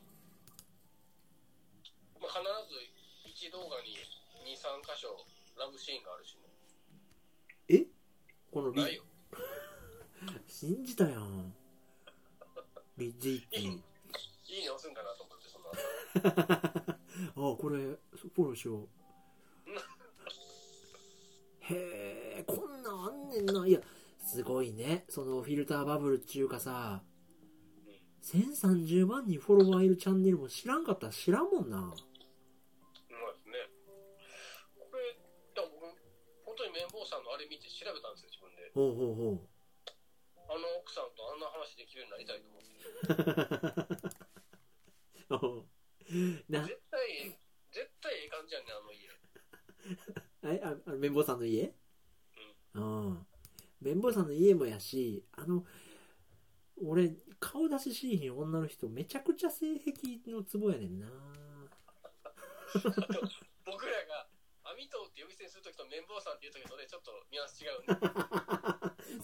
Speaker 2: 必ず1動画に23箇所ラブシーンがあるしね
Speaker 1: えこのリ
Speaker 2: ないよ
Speaker 1: 信じたやんリッジ一気
Speaker 2: いいね押すんかなと思ってその後
Speaker 1: あこれフォローしよ うへえこんなんあんねんないやすごいねそのフィルターバブルっちゅうかさ1030万人フォロワーいるチャンネルも知らんかったら知らんもんな
Speaker 2: うまいですね。これ、だから僕、本当に綿棒さんのあれ見て調べたんですよ、自分で。
Speaker 1: ほうほうほう
Speaker 2: あの奥さんとあんな話できるようになりたいと思って。
Speaker 1: お な
Speaker 2: 絶対、絶対ええ感じやね、あの家。
Speaker 1: えああの綿棒さんの家うん綿棒さんの家もやしあの俺顔出ししーひん女の人めちゃくちゃ性癖のツボやねんな
Speaker 2: 僕らが、アミトーって呼び捨てにするときと綿棒さんって言うときとね、ちょっとニュアンス違うん で。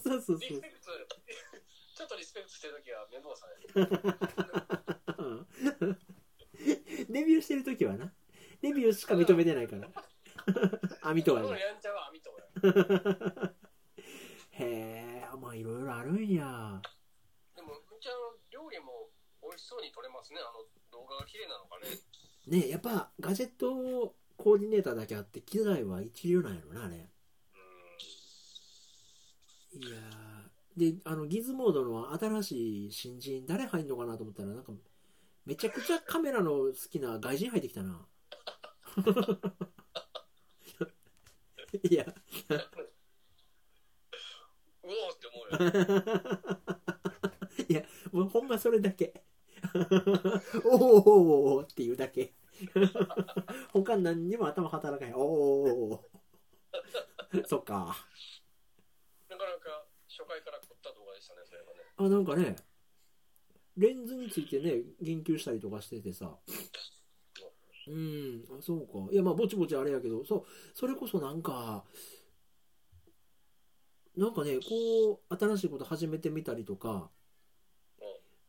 Speaker 1: そうそう
Speaker 2: リスペクト、ちょっとリスペクトしてるときは綿棒さんやね。
Speaker 1: そううん デビューしてる時はなデビューしか認めてない から網と
Speaker 2: こ
Speaker 1: は
Speaker 2: の
Speaker 1: ね
Speaker 2: やんちゃはアミトーや。
Speaker 1: へえまあいろいろあるんや
Speaker 2: でも、むっちゃんの料理も美味しそうに撮れますね、あの動画が綺麗なのかね。
Speaker 1: ねやっぱガジェットコーディネーターだけあって機材は一流なんやろなあれ
Speaker 2: うん。
Speaker 1: いやーであのギズモードの新しい新人誰入んのかなと思ったらなんかめちゃくちゃカメラの好きな外人入ってきた ないや
Speaker 2: うおーって思うよ。
Speaker 1: もうほんまそれだけおーおーおーおーっていうだけ他何にも頭働かへんおーおーおーおーそっか
Speaker 2: なかなか初回から凝った動画でしたね、それはね。
Speaker 1: あなんかねレンズについてね言及したりとかしててさうんあそうかいやまあぼちぼちあれやけどそうそれこそなんかなんかねこう新しいこと始めてみたりとか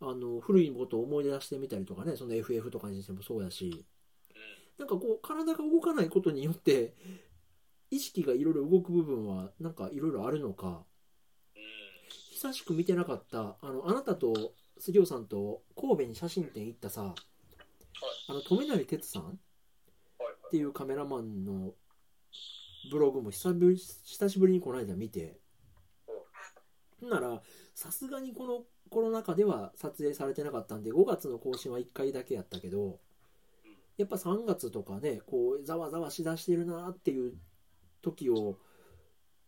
Speaker 1: あの古いことを思い出してみたりとかねその FF とかにしてもそうやし
Speaker 2: う
Speaker 1: な
Speaker 2: ん。
Speaker 1: んかこう体が動かないことによって意識がいろいろ動く部分はなんかいろいろあるのか
Speaker 2: うん。
Speaker 1: 久しく見てなかったあのあなたと杉尾さんと神戸に写真展行ったさあの富成哲さんっ
Speaker 2: はいは
Speaker 1: ていうカメラマンのブログも久ぶり久しぶりにこの間見てほんならさすがにこのコロナ禍では撮影されてなかったんで5月の更新は1回だけやったけどやっぱ3月とかねこうざわざわしだしてるなっていう時を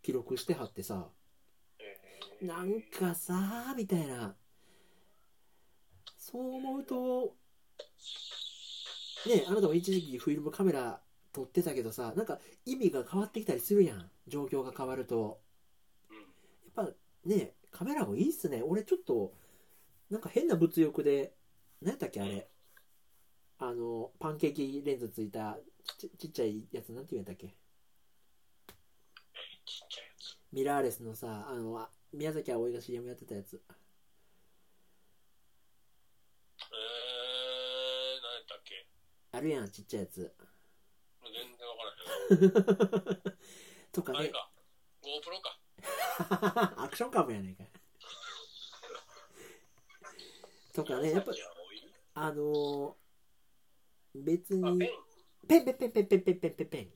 Speaker 1: 記録してはってさ、
Speaker 2: い。
Speaker 1: なんかさみたいなそう思うとねあなたも一時期フィルムカメラ撮ってたけどさなんか意味が変わってきたりするやん状況が変わると
Speaker 2: うん。
Speaker 1: やっぱねカメラもいいっすね俺ちょっとなんか変な物欲で何やったっけあれあのパンケーキレンズついたちっちちっちゃいやつなんて言うんやったっけ
Speaker 2: ちっちゃいやつ。
Speaker 1: ミラーレスのさあのあ宮崎あおいが CM やってたやつ
Speaker 2: えー、何やったっけ
Speaker 1: あるやんちっちゃいやつ
Speaker 2: もう全然わからへ
Speaker 1: とか
Speaker 2: ん。あれ
Speaker 1: ね
Speaker 2: か。GoPro か。
Speaker 1: アクションカムやねん か。とかね、やっぱ
Speaker 2: い、多い
Speaker 1: あのー別
Speaker 2: あ、ペ
Speaker 1: に
Speaker 2: ン。、
Speaker 1: ペンペンペンペンペンペンペンペンペン。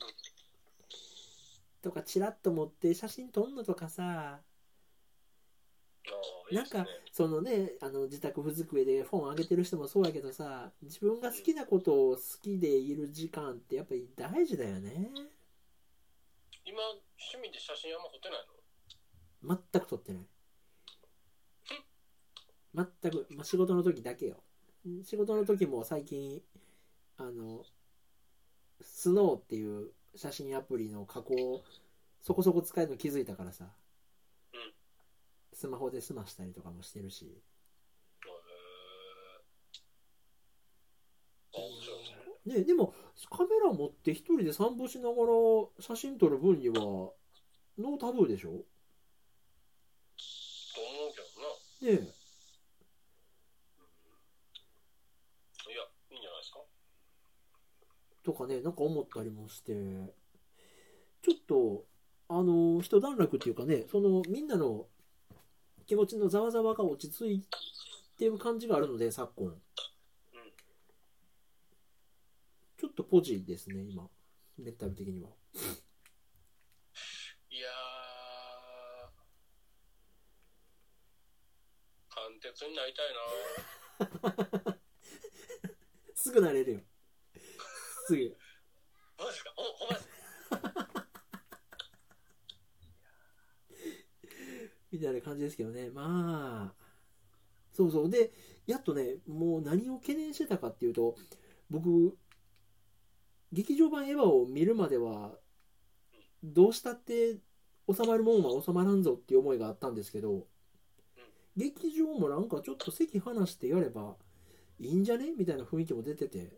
Speaker 1: とか、チラッと持って写真撮んのとかさ、
Speaker 2: あー
Speaker 1: なんか
Speaker 2: いいですね、
Speaker 1: そのね、あの、自宅不机で本上げてる人もそうやけどさ、自分が好きなことを好きでいる時間ってやっぱり大事だよね。
Speaker 2: 今、趣味で写真あんま撮ってないの
Speaker 1: 全く撮ってない全く、まあ、仕事の時だけよん仕事の時も最近あのスノーっていう写真アプリの加工そこそこ使えるの気づいたからさ、
Speaker 2: うん
Speaker 1: スマホで済ましたりとかもしてるし
Speaker 2: えー。あ、面白いですね。
Speaker 1: ねでもカメラ持って一人で散歩しながら写真撮る分にはノータブーでしょ
Speaker 2: と思うけどな。
Speaker 1: ねえ
Speaker 2: いや、いいんじゃないですか。
Speaker 1: とかねなんか思ったりもしてちょっとあの一段落っていうかねそのみんなの気持ちのざわざわが落ち着いてる感じがあるので昨今ちょっとポジですね今メンタル的にはい
Speaker 2: やー、貫徹になりたいな。
Speaker 1: すぐ慣れるよすぐ
Speaker 2: マジか、ほほんまです
Speaker 1: みたいな感じですけどねまあそうそうでやっとねもう何を懸念してたかっていうと僕劇場版エヴァを見るまではどうしたって収まるもんは収まらんぞっていう思いがあったんですけど劇場もなんかちょっと席離してやればいいんじゃねみたいな雰囲気も出てて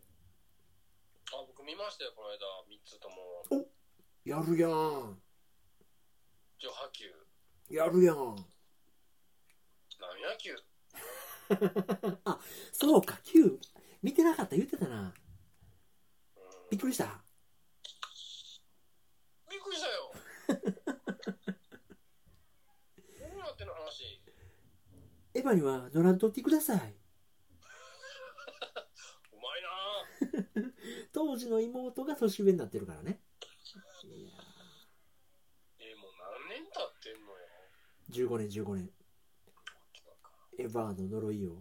Speaker 2: あ、僕見ましたよ、この間、3つとも。
Speaker 1: やるやん
Speaker 2: 女波球、
Speaker 1: やるやん
Speaker 2: 何野球。
Speaker 1: そうか Q 見てなかった言ってたな
Speaker 2: うん
Speaker 1: びっくりした
Speaker 2: びっくりしたよ。どうなってんの話。
Speaker 1: エヴァには乗らんとってくださいう
Speaker 2: まいな
Speaker 1: 当時の妹が年上になってるからねいや
Speaker 2: え、もう何年経ってんのよ。
Speaker 1: ー15年15年エヴァの呪いを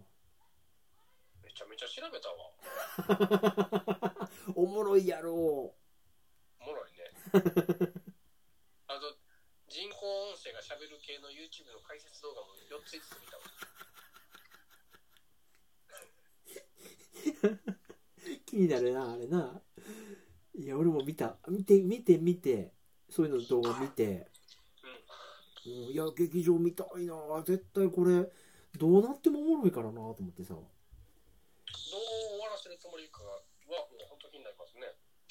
Speaker 2: めちゃめちゃ調べたわ。
Speaker 1: おもろいやろ
Speaker 2: おもろいね。あと、人工音声が喋る系の YouTube の解説動画も4つ5つ見たわ。
Speaker 1: 気になるなあれないや俺も見た見て見て見てそういうの動画見て、うん、いや劇場見たいな絶対これどうなってもおもろいからなと思ってさ
Speaker 2: どう終わらせるつもりかは、もう本当気になります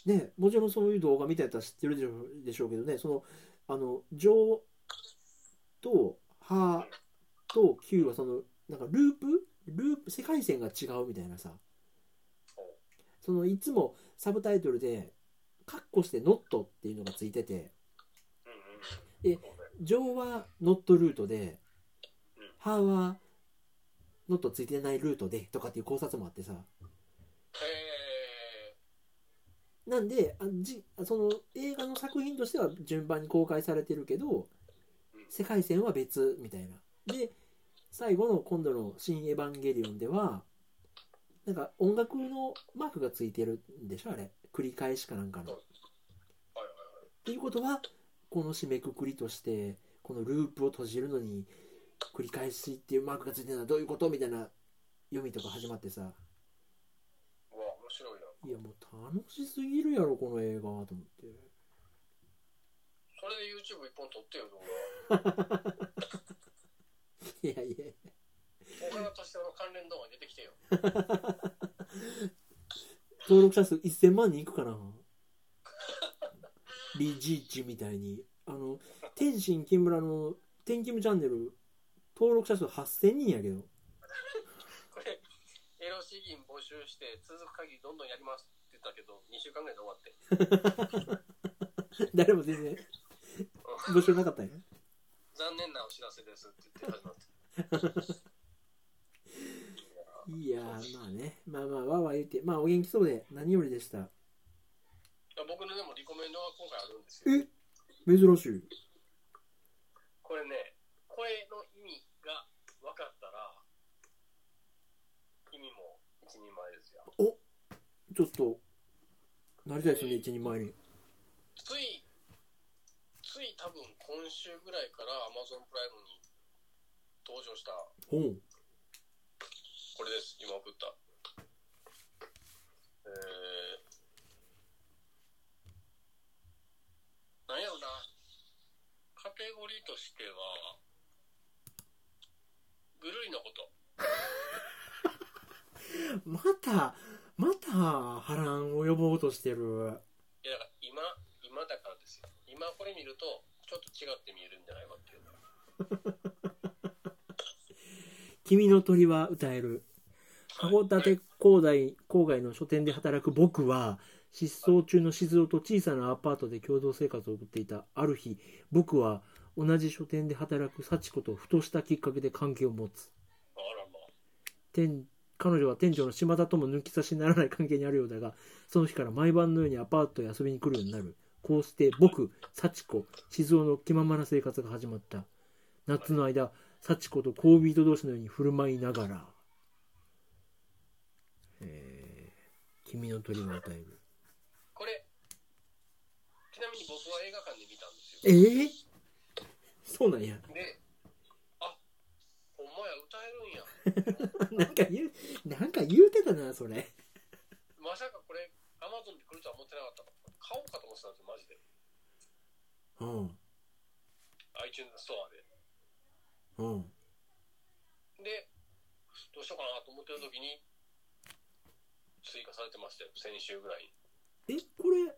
Speaker 2: ね。
Speaker 1: ねもちろんそういう動画見たやつは知ってるでしょでしょうけどねそのあの「上」と「は」と「球はそのなんかループループ世界線が違うみたいなさそのいつもサブタイトルで「カッコして「ノット」っていうのがついてて
Speaker 2: うんうん。
Speaker 1: え
Speaker 2: そうね
Speaker 1: 「上」は「ノット」ルートで
Speaker 2: うん
Speaker 1: 「は」は「ノット」ついてないルートでとかっていう考察もあってさ
Speaker 2: へえ。
Speaker 1: なんであじその映画の作品としては順番に公開されてるけど
Speaker 2: うん
Speaker 1: 世界線は別みたいなで最後の今度の「新エヴァンゲリオン」ではなんか音楽のマークがついてるんでしょあれ繰り返しかなんかの。っ
Speaker 2: はいはいはい。
Speaker 1: ていうことはこの締めくくりとしてこのループを閉じるのに繰り返しっていうマークがついてるのはどういうことみたいな読みとか始まってさ
Speaker 2: うわ、面白いな。
Speaker 1: いやもう楽しすぎるやろこの映画と思って。
Speaker 2: それで YouTube 一本撮ってよ、動画。
Speaker 1: いやいや
Speaker 2: 他の達成の関連動画に出てきてよ。
Speaker 1: 登録者数1000万人いくかなリジーチみたいにあの天心木村の「天キムチャンネル」登録者数8000人やけど
Speaker 2: これ、エロ資金募集して、続く限りどんどんやりますって言ったけど、2週間ぐらいで終わって。
Speaker 1: 誰も全然募集なかったんや
Speaker 2: 残念なお知らせですって言って始まって。
Speaker 1: いやーまあねまあまあわーわー言ってまあお元気そうで何よりでした
Speaker 2: 僕のでもリコメンドが今回あるんですよ。
Speaker 1: え珍しい
Speaker 2: これね、声の意味が分かったら、意味も一人前ですよ。
Speaker 1: ちょっとなりたいですね一人前に
Speaker 2: つい、つい多分今週ぐらいから Amazon プライムに登場した、
Speaker 1: ほう
Speaker 2: これです。今送った。えー、なんやろな。カテゴリーとしては、ぐるりのこと。
Speaker 1: またまた波乱を呼ぼうとしてる
Speaker 2: いやだから今今だからですよ今これ見るとちょっと違って見えるんじゃないかっていう。
Speaker 1: 君の鳥は歌える函館郊外郊外の書店で働く僕は失踪中の静雄と小さなアパートで共同生活を送っていたある日僕は同じ書店で働く幸子とふとしたきっかけで関係を持つ
Speaker 2: あらまあ。
Speaker 1: 店彼女は店長の島田とも抜き差しならない関係にあるようだがその日から毎晩のようにアパートへ遊びに来るようになるこうして僕幸子静雄の気ままな生活が始まった夏の間幸子と恋人同士のように振る舞いながら「えー君の鳥が歌える
Speaker 2: これ、ちなみに僕は映画館で見たんです」
Speaker 1: え
Speaker 2: よ。
Speaker 1: ー、そうなんや
Speaker 2: で、あほんまや、歌えるんや。
Speaker 1: なんか言うなんか言うてたなそれ
Speaker 2: まさかこれ、アマゾンで来るとは思ってなかったから、買おうかと思ってたんですよ、マジで。
Speaker 1: うん
Speaker 2: iTunes ストアで。
Speaker 1: うん
Speaker 2: で、どうしようかなと思ってる時に、追加されてましたよ、先週ぐらいに。
Speaker 1: えこれ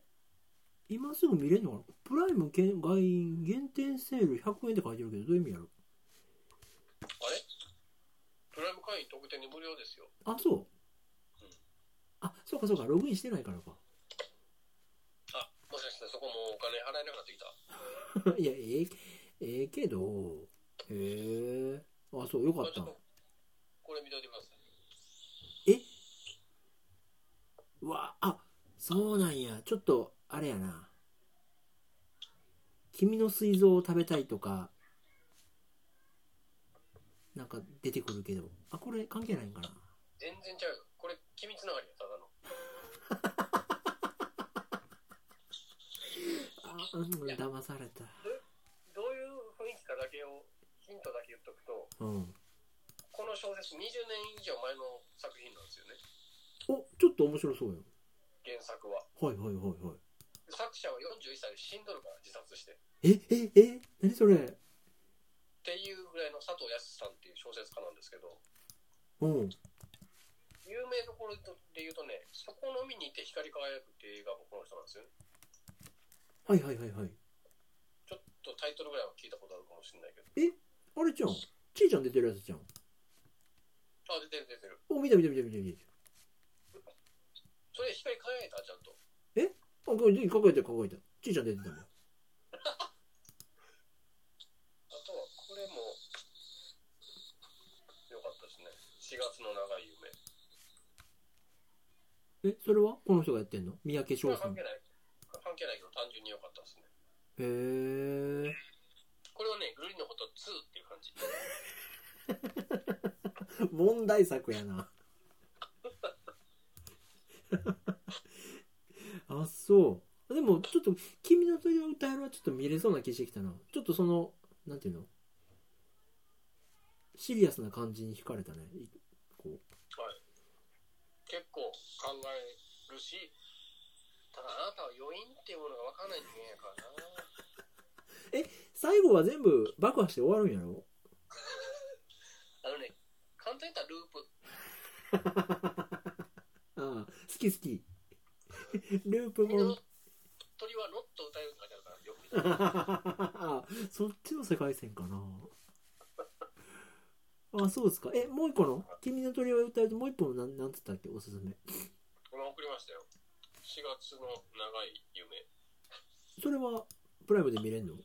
Speaker 1: 今すぐ見れるのかなプライム限外員限定セール100円って書いてるけどどういう意味やろ
Speaker 2: あれプライム会員特典で無料ですよ。
Speaker 1: あそうあそうかそうかログインしてないからか
Speaker 2: あ、もしかしてそこもうお金払えなくなってきた。
Speaker 1: いやええええけどへえあそうよか
Speaker 2: ま
Speaker 1: っ
Speaker 2: あち
Speaker 1: た
Speaker 2: ょっと、これ見といてください。
Speaker 1: うわあそうなんやちょっとあれやな君の膵臓を食べたいとかなんか出てくるけどあこれ関係ないんかな
Speaker 2: 全然ちゃうよ。これ、君つながりや、ただの。
Speaker 1: あうん騙された
Speaker 2: どういう雰囲気かだけを、ヒントだけ言っとくと、
Speaker 1: うん
Speaker 2: この小説20年以上前の作品なんですよね、
Speaker 1: おちょっと面白そうよ
Speaker 2: 原作
Speaker 1: は
Speaker 2: は。
Speaker 1: いはいはいは
Speaker 2: 作者は41歳で死んどるから自殺して。っ
Speaker 1: いえええ何それ
Speaker 2: ていうぐらいの佐藤康さんっていう小説家なんですけど、
Speaker 1: うん
Speaker 2: 有名どころで言うとね、そこの海にいて光り輝くっていう映画もこの人なんですよね。
Speaker 1: はいはいはいはい
Speaker 2: ちょっとタイトルぐらいは聞いたことあるかもしれないけど。
Speaker 1: あれじゃんちいちゃん出てるやつじゃん
Speaker 2: あ、出てる出てる。
Speaker 1: お見た見た見た見た見た
Speaker 2: それ光り輝いた、ちゃんと。
Speaker 1: あこれ考えた考えたちいちゃん出てたもん
Speaker 2: あとは、これも、よかったですね。4月の長い夢。
Speaker 1: えそれはこの人がやってんの三宅
Speaker 2: これ
Speaker 1: 翔
Speaker 2: は
Speaker 1: さん
Speaker 2: 関
Speaker 1: へ
Speaker 2: 係ない。関係ないけど、単純に良かったですね。
Speaker 1: え
Speaker 2: これはね、グリーンのこと2っていう感じ。
Speaker 1: 問題作やな あそうでもちょっと「君の鳥を歌える」はちょっと見れそうな気してきたなちょっとそのなんていうのシリアスな感じに惹かれたねいこ
Speaker 2: 結構考えるし、ただあなたは余韻っていうものが分からない人間やからな。
Speaker 1: う最後は全部爆破して終わるんやろ
Speaker 2: あのね、簡単に言ったらループ。
Speaker 1: ああ好き好き ループ
Speaker 2: 君の
Speaker 1: も
Speaker 2: 鳥はノット歌えるって書いてあるから、よく見たら。
Speaker 1: あ そっちの世界線かなあそうですかえもう一個の「君の鳥を歌うともう一本なんなんつったっけおすすめ
Speaker 2: 今送りましたよ。4月の長い夢。
Speaker 1: それはプライムで見れんのはいへ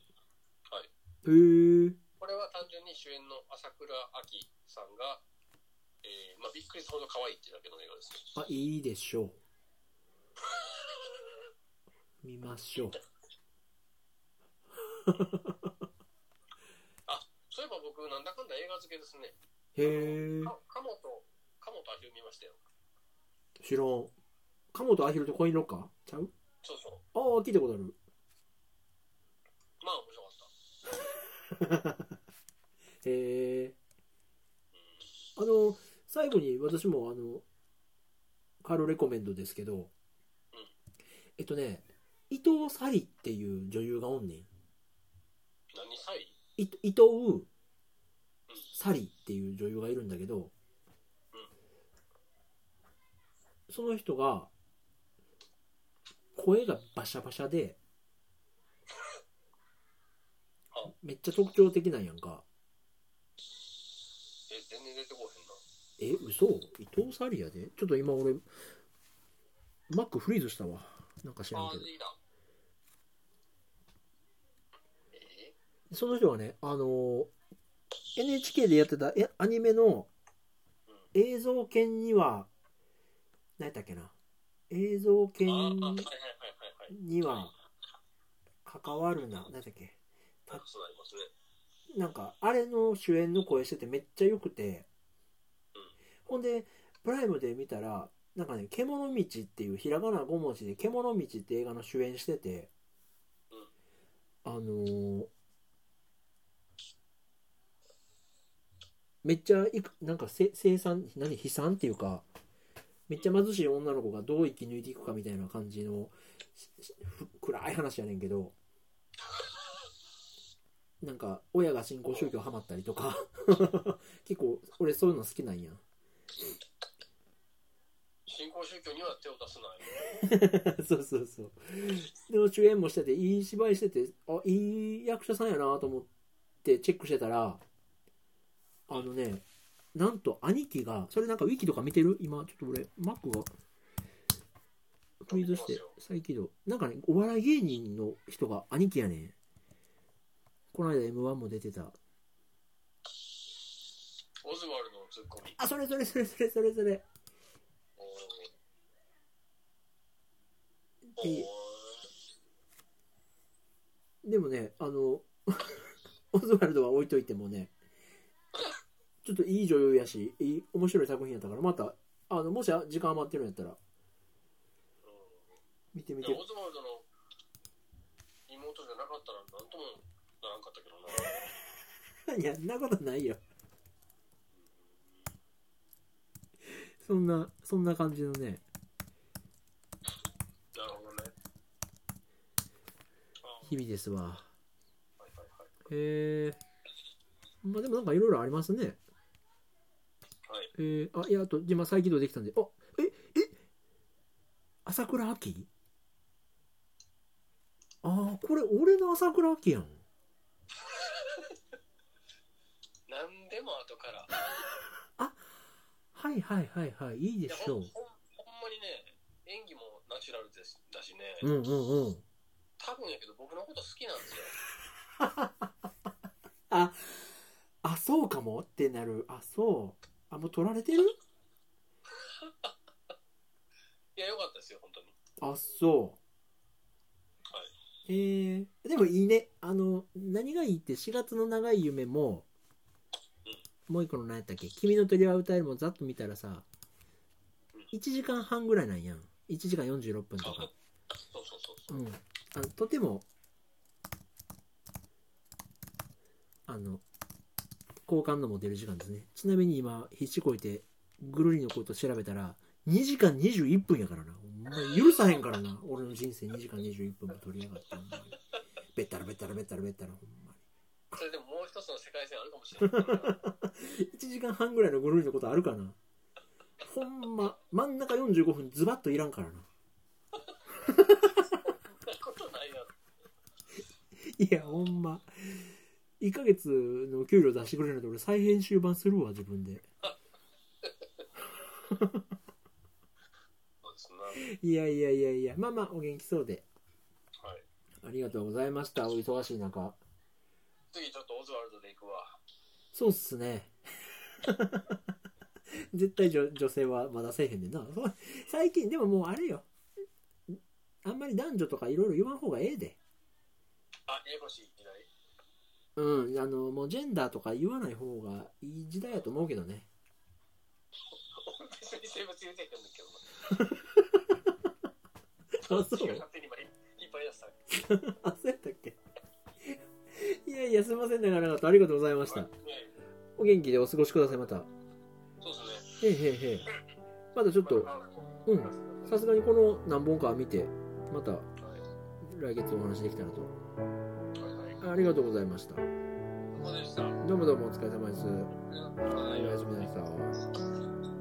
Speaker 1: え
Speaker 2: これは単純に主演の朝倉亜希さんが、えーまあ、びっくりするほど可愛いっていうだけの映画ですね。
Speaker 1: あいいでしょう見ましょう
Speaker 2: そういえば僕、なんだかんだ映画好きですね。
Speaker 1: へえ
Speaker 2: か鴨と、鴨とアヒル見ましたよ。
Speaker 1: 知らん鴨とアヒルとコインロッカーちゃう
Speaker 2: そうそう。
Speaker 1: ああ聞いたことある
Speaker 2: まあ面白かった。
Speaker 1: へえあの最後に私もあのカールレコメンドですけどえっとね伊藤沙莉っていう女優がおんねん
Speaker 2: 何歳
Speaker 1: い伊藤サリっていう女優がいるんだけど、その人が声がバシャバシャでめっちゃ特徴的なんやんか。
Speaker 2: え、全然出てこへん
Speaker 1: え、
Speaker 2: な。
Speaker 1: 嘘伊藤サリアでちょっと今俺、マックフリーズしたわ。なんか知らん
Speaker 2: あ
Speaker 1: け
Speaker 2: ー、
Speaker 1: ど。
Speaker 2: できた。え
Speaker 1: その人はね、あのー、NHK でやってたえアニメの映像犬には、何やったっけな。映像
Speaker 2: ー、
Speaker 1: 犬
Speaker 2: あー、はいはいはいはいはい。
Speaker 1: には関わるな。何やったっけ。
Speaker 2: たくさんありますね。
Speaker 1: なんか、あれの主演の声しててめっちゃ良くて
Speaker 2: うん。
Speaker 1: ほんで、プライムで見たら、なんかね、獣道っていうひらがな5文字で獣道って映画の主演してて、あのーめっちゃいく、なんかせ生産、何、悲惨っていうか、めっちゃ貧しい女の子がどう生き抜いていくかみたいな感じのししふ暗い話やねんけど、なんか親が信仰宗教ハマったりとか 結構俺そういうの好きなんや ん
Speaker 2: 新興宗教には手を出すなよ。
Speaker 1: そうそうそうでも主演もしてていい芝居しててあいい役者さんやなと思ってチェックしてたらあのねなんと兄貴がそれなんかウィキとか見てる今ちょっと俺マックがフリーズして再起動なんかねお笑い芸人の人が兄貴やねんこの間 m 1も出てた
Speaker 2: オズワルドのツッコミ。
Speaker 1: あそれそれそれそれそれそれ
Speaker 2: おーお
Speaker 1: いい
Speaker 2: ー
Speaker 1: でもね、あの、 オズワルドは置いといてもね、ちょっといい女優やし、いい面白い作品やったから、また、あの、もし時間余ってるんやったら、見て
Speaker 2: うん
Speaker 1: み
Speaker 2: い
Speaker 1: て
Speaker 2: や。オズワルドの妹じゃなかったらなんともならんかったけどな。
Speaker 1: いや、そんなことないよ。そんな、そんな感じのね、
Speaker 2: なるほどね。あー
Speaker 1: 日々ですわ。
Speaker 2: はいはいはい。
Speaker 1: えー、まあでもなんかいろいろありますね。
Speaker 2: はい。
Speaker 1: えー、あ、いや、あと、今再起動できたんで、あ、え、え朝倉秋ああ、これ俺の朝倉秋やん。
Speaker 2: なんでも後から。
Speaker 1: はいはいはいはい、いい
Speaker 2: い
Speaker 1: で
Speaker 2: や
Speaker 1: し
Speaker 2: ほ
Speaker 1: ょ
Speaker 2: ん
Speaker 1: う。
Speaker 2: ほんほんまにね、演技もナチュラルですだしね、
Speaker 1: うんうんうん。
Speaker 2: 多分やけど僕のこと好きなんですよ。
Speaker 1: あ、そうかもってなる。あ、そう。あ、もう取られてる
Speaker 2: いや、よかったですよ、本当に。
Speaker 1: あ、そう。
Speaker 2: はい。
Speaker 1: えー、でもいいね。あの、何がいいって4月の長い夢も、もう一個の何やったっけ君の鳥は歌えるもざっと見たらさ、1時間半ぐらいなんやん。1時間46分とか。
Speaker 2: そうそうそうそうう。
Speaker 1: ん。あのとても、あの、好感度も出る時間ですね。ちなみに今、必死こいて、ぐるりのこと調べたら、2時間21分やからな。お前許さへんからな。俺の人生2時間21分も取りやがって。ほんまにべったらべったらべったらべったら、ほんま
Speaker 2: それでももう一つの世界線あるかもしれないから。
Speaker 1: に。1時間半ぐらいのぐるりのことあるかな。ほんま、真ん中45分ズバッといらんからな。
Speaker 2: そんなことないやろ。
Speaker 1: いや、ほんま。1ヶ月の給料出してくれないと俺再編集版するわ、自分で。
Speaker 2: そうですね。
Speaker 1: いやいやいやいや、まあまあ、お元気そうで。
Speaker 2: はい。
Speaker 1: ありがとうございました。お忙しい中。
Speaker 2: 次ちょっとオズワルドで行くわ。
Speaker 1: そうっすね。 絶対女女性はまだせえへんねんな。そう最近、でももうあれよ。あんまり男女とかいろいろ言わん方がええで。
Speaker 2: あ、ややこしい時代。
Speaker 1: うん、あの、もうジェンダーとか言わない方がいい時代やと思うけどね。
Speaker 2: 俺別に生物言うてへんねんけどな。
Speaker 1: あ、そう
Speaker 2: 勝手に今いっぱい出した。
Speaker 1: あ、そうやったっけ いやいや、すいません、長々とありがとうございました。
Speaker 2: ね
Speaker 1: お元気でお過ごしください、また。
Speaker 2: そうです
Speaker 1: へ
Speaker 2: ね。
Speaker 1: えへえへえ。またちょっと、うん。
Speaker 2: は
Speaker 1: さすがにこの何本か見てまた
Speaker 2: い。
Speaker 1: 来月お話できたらと
Speaker 2: はいはい。
Speaker 1: ありがとうございました
Speaker 2: ここでした。
Speaker 1: どうもどうもお疲れ様です
Speaker 2: ありがとう
Speaker 1: お
Speaker 2: ござい
Speaker 1: や
Speaker 2: ます
Speaker 1: すみなさい
Speaker 2: はい。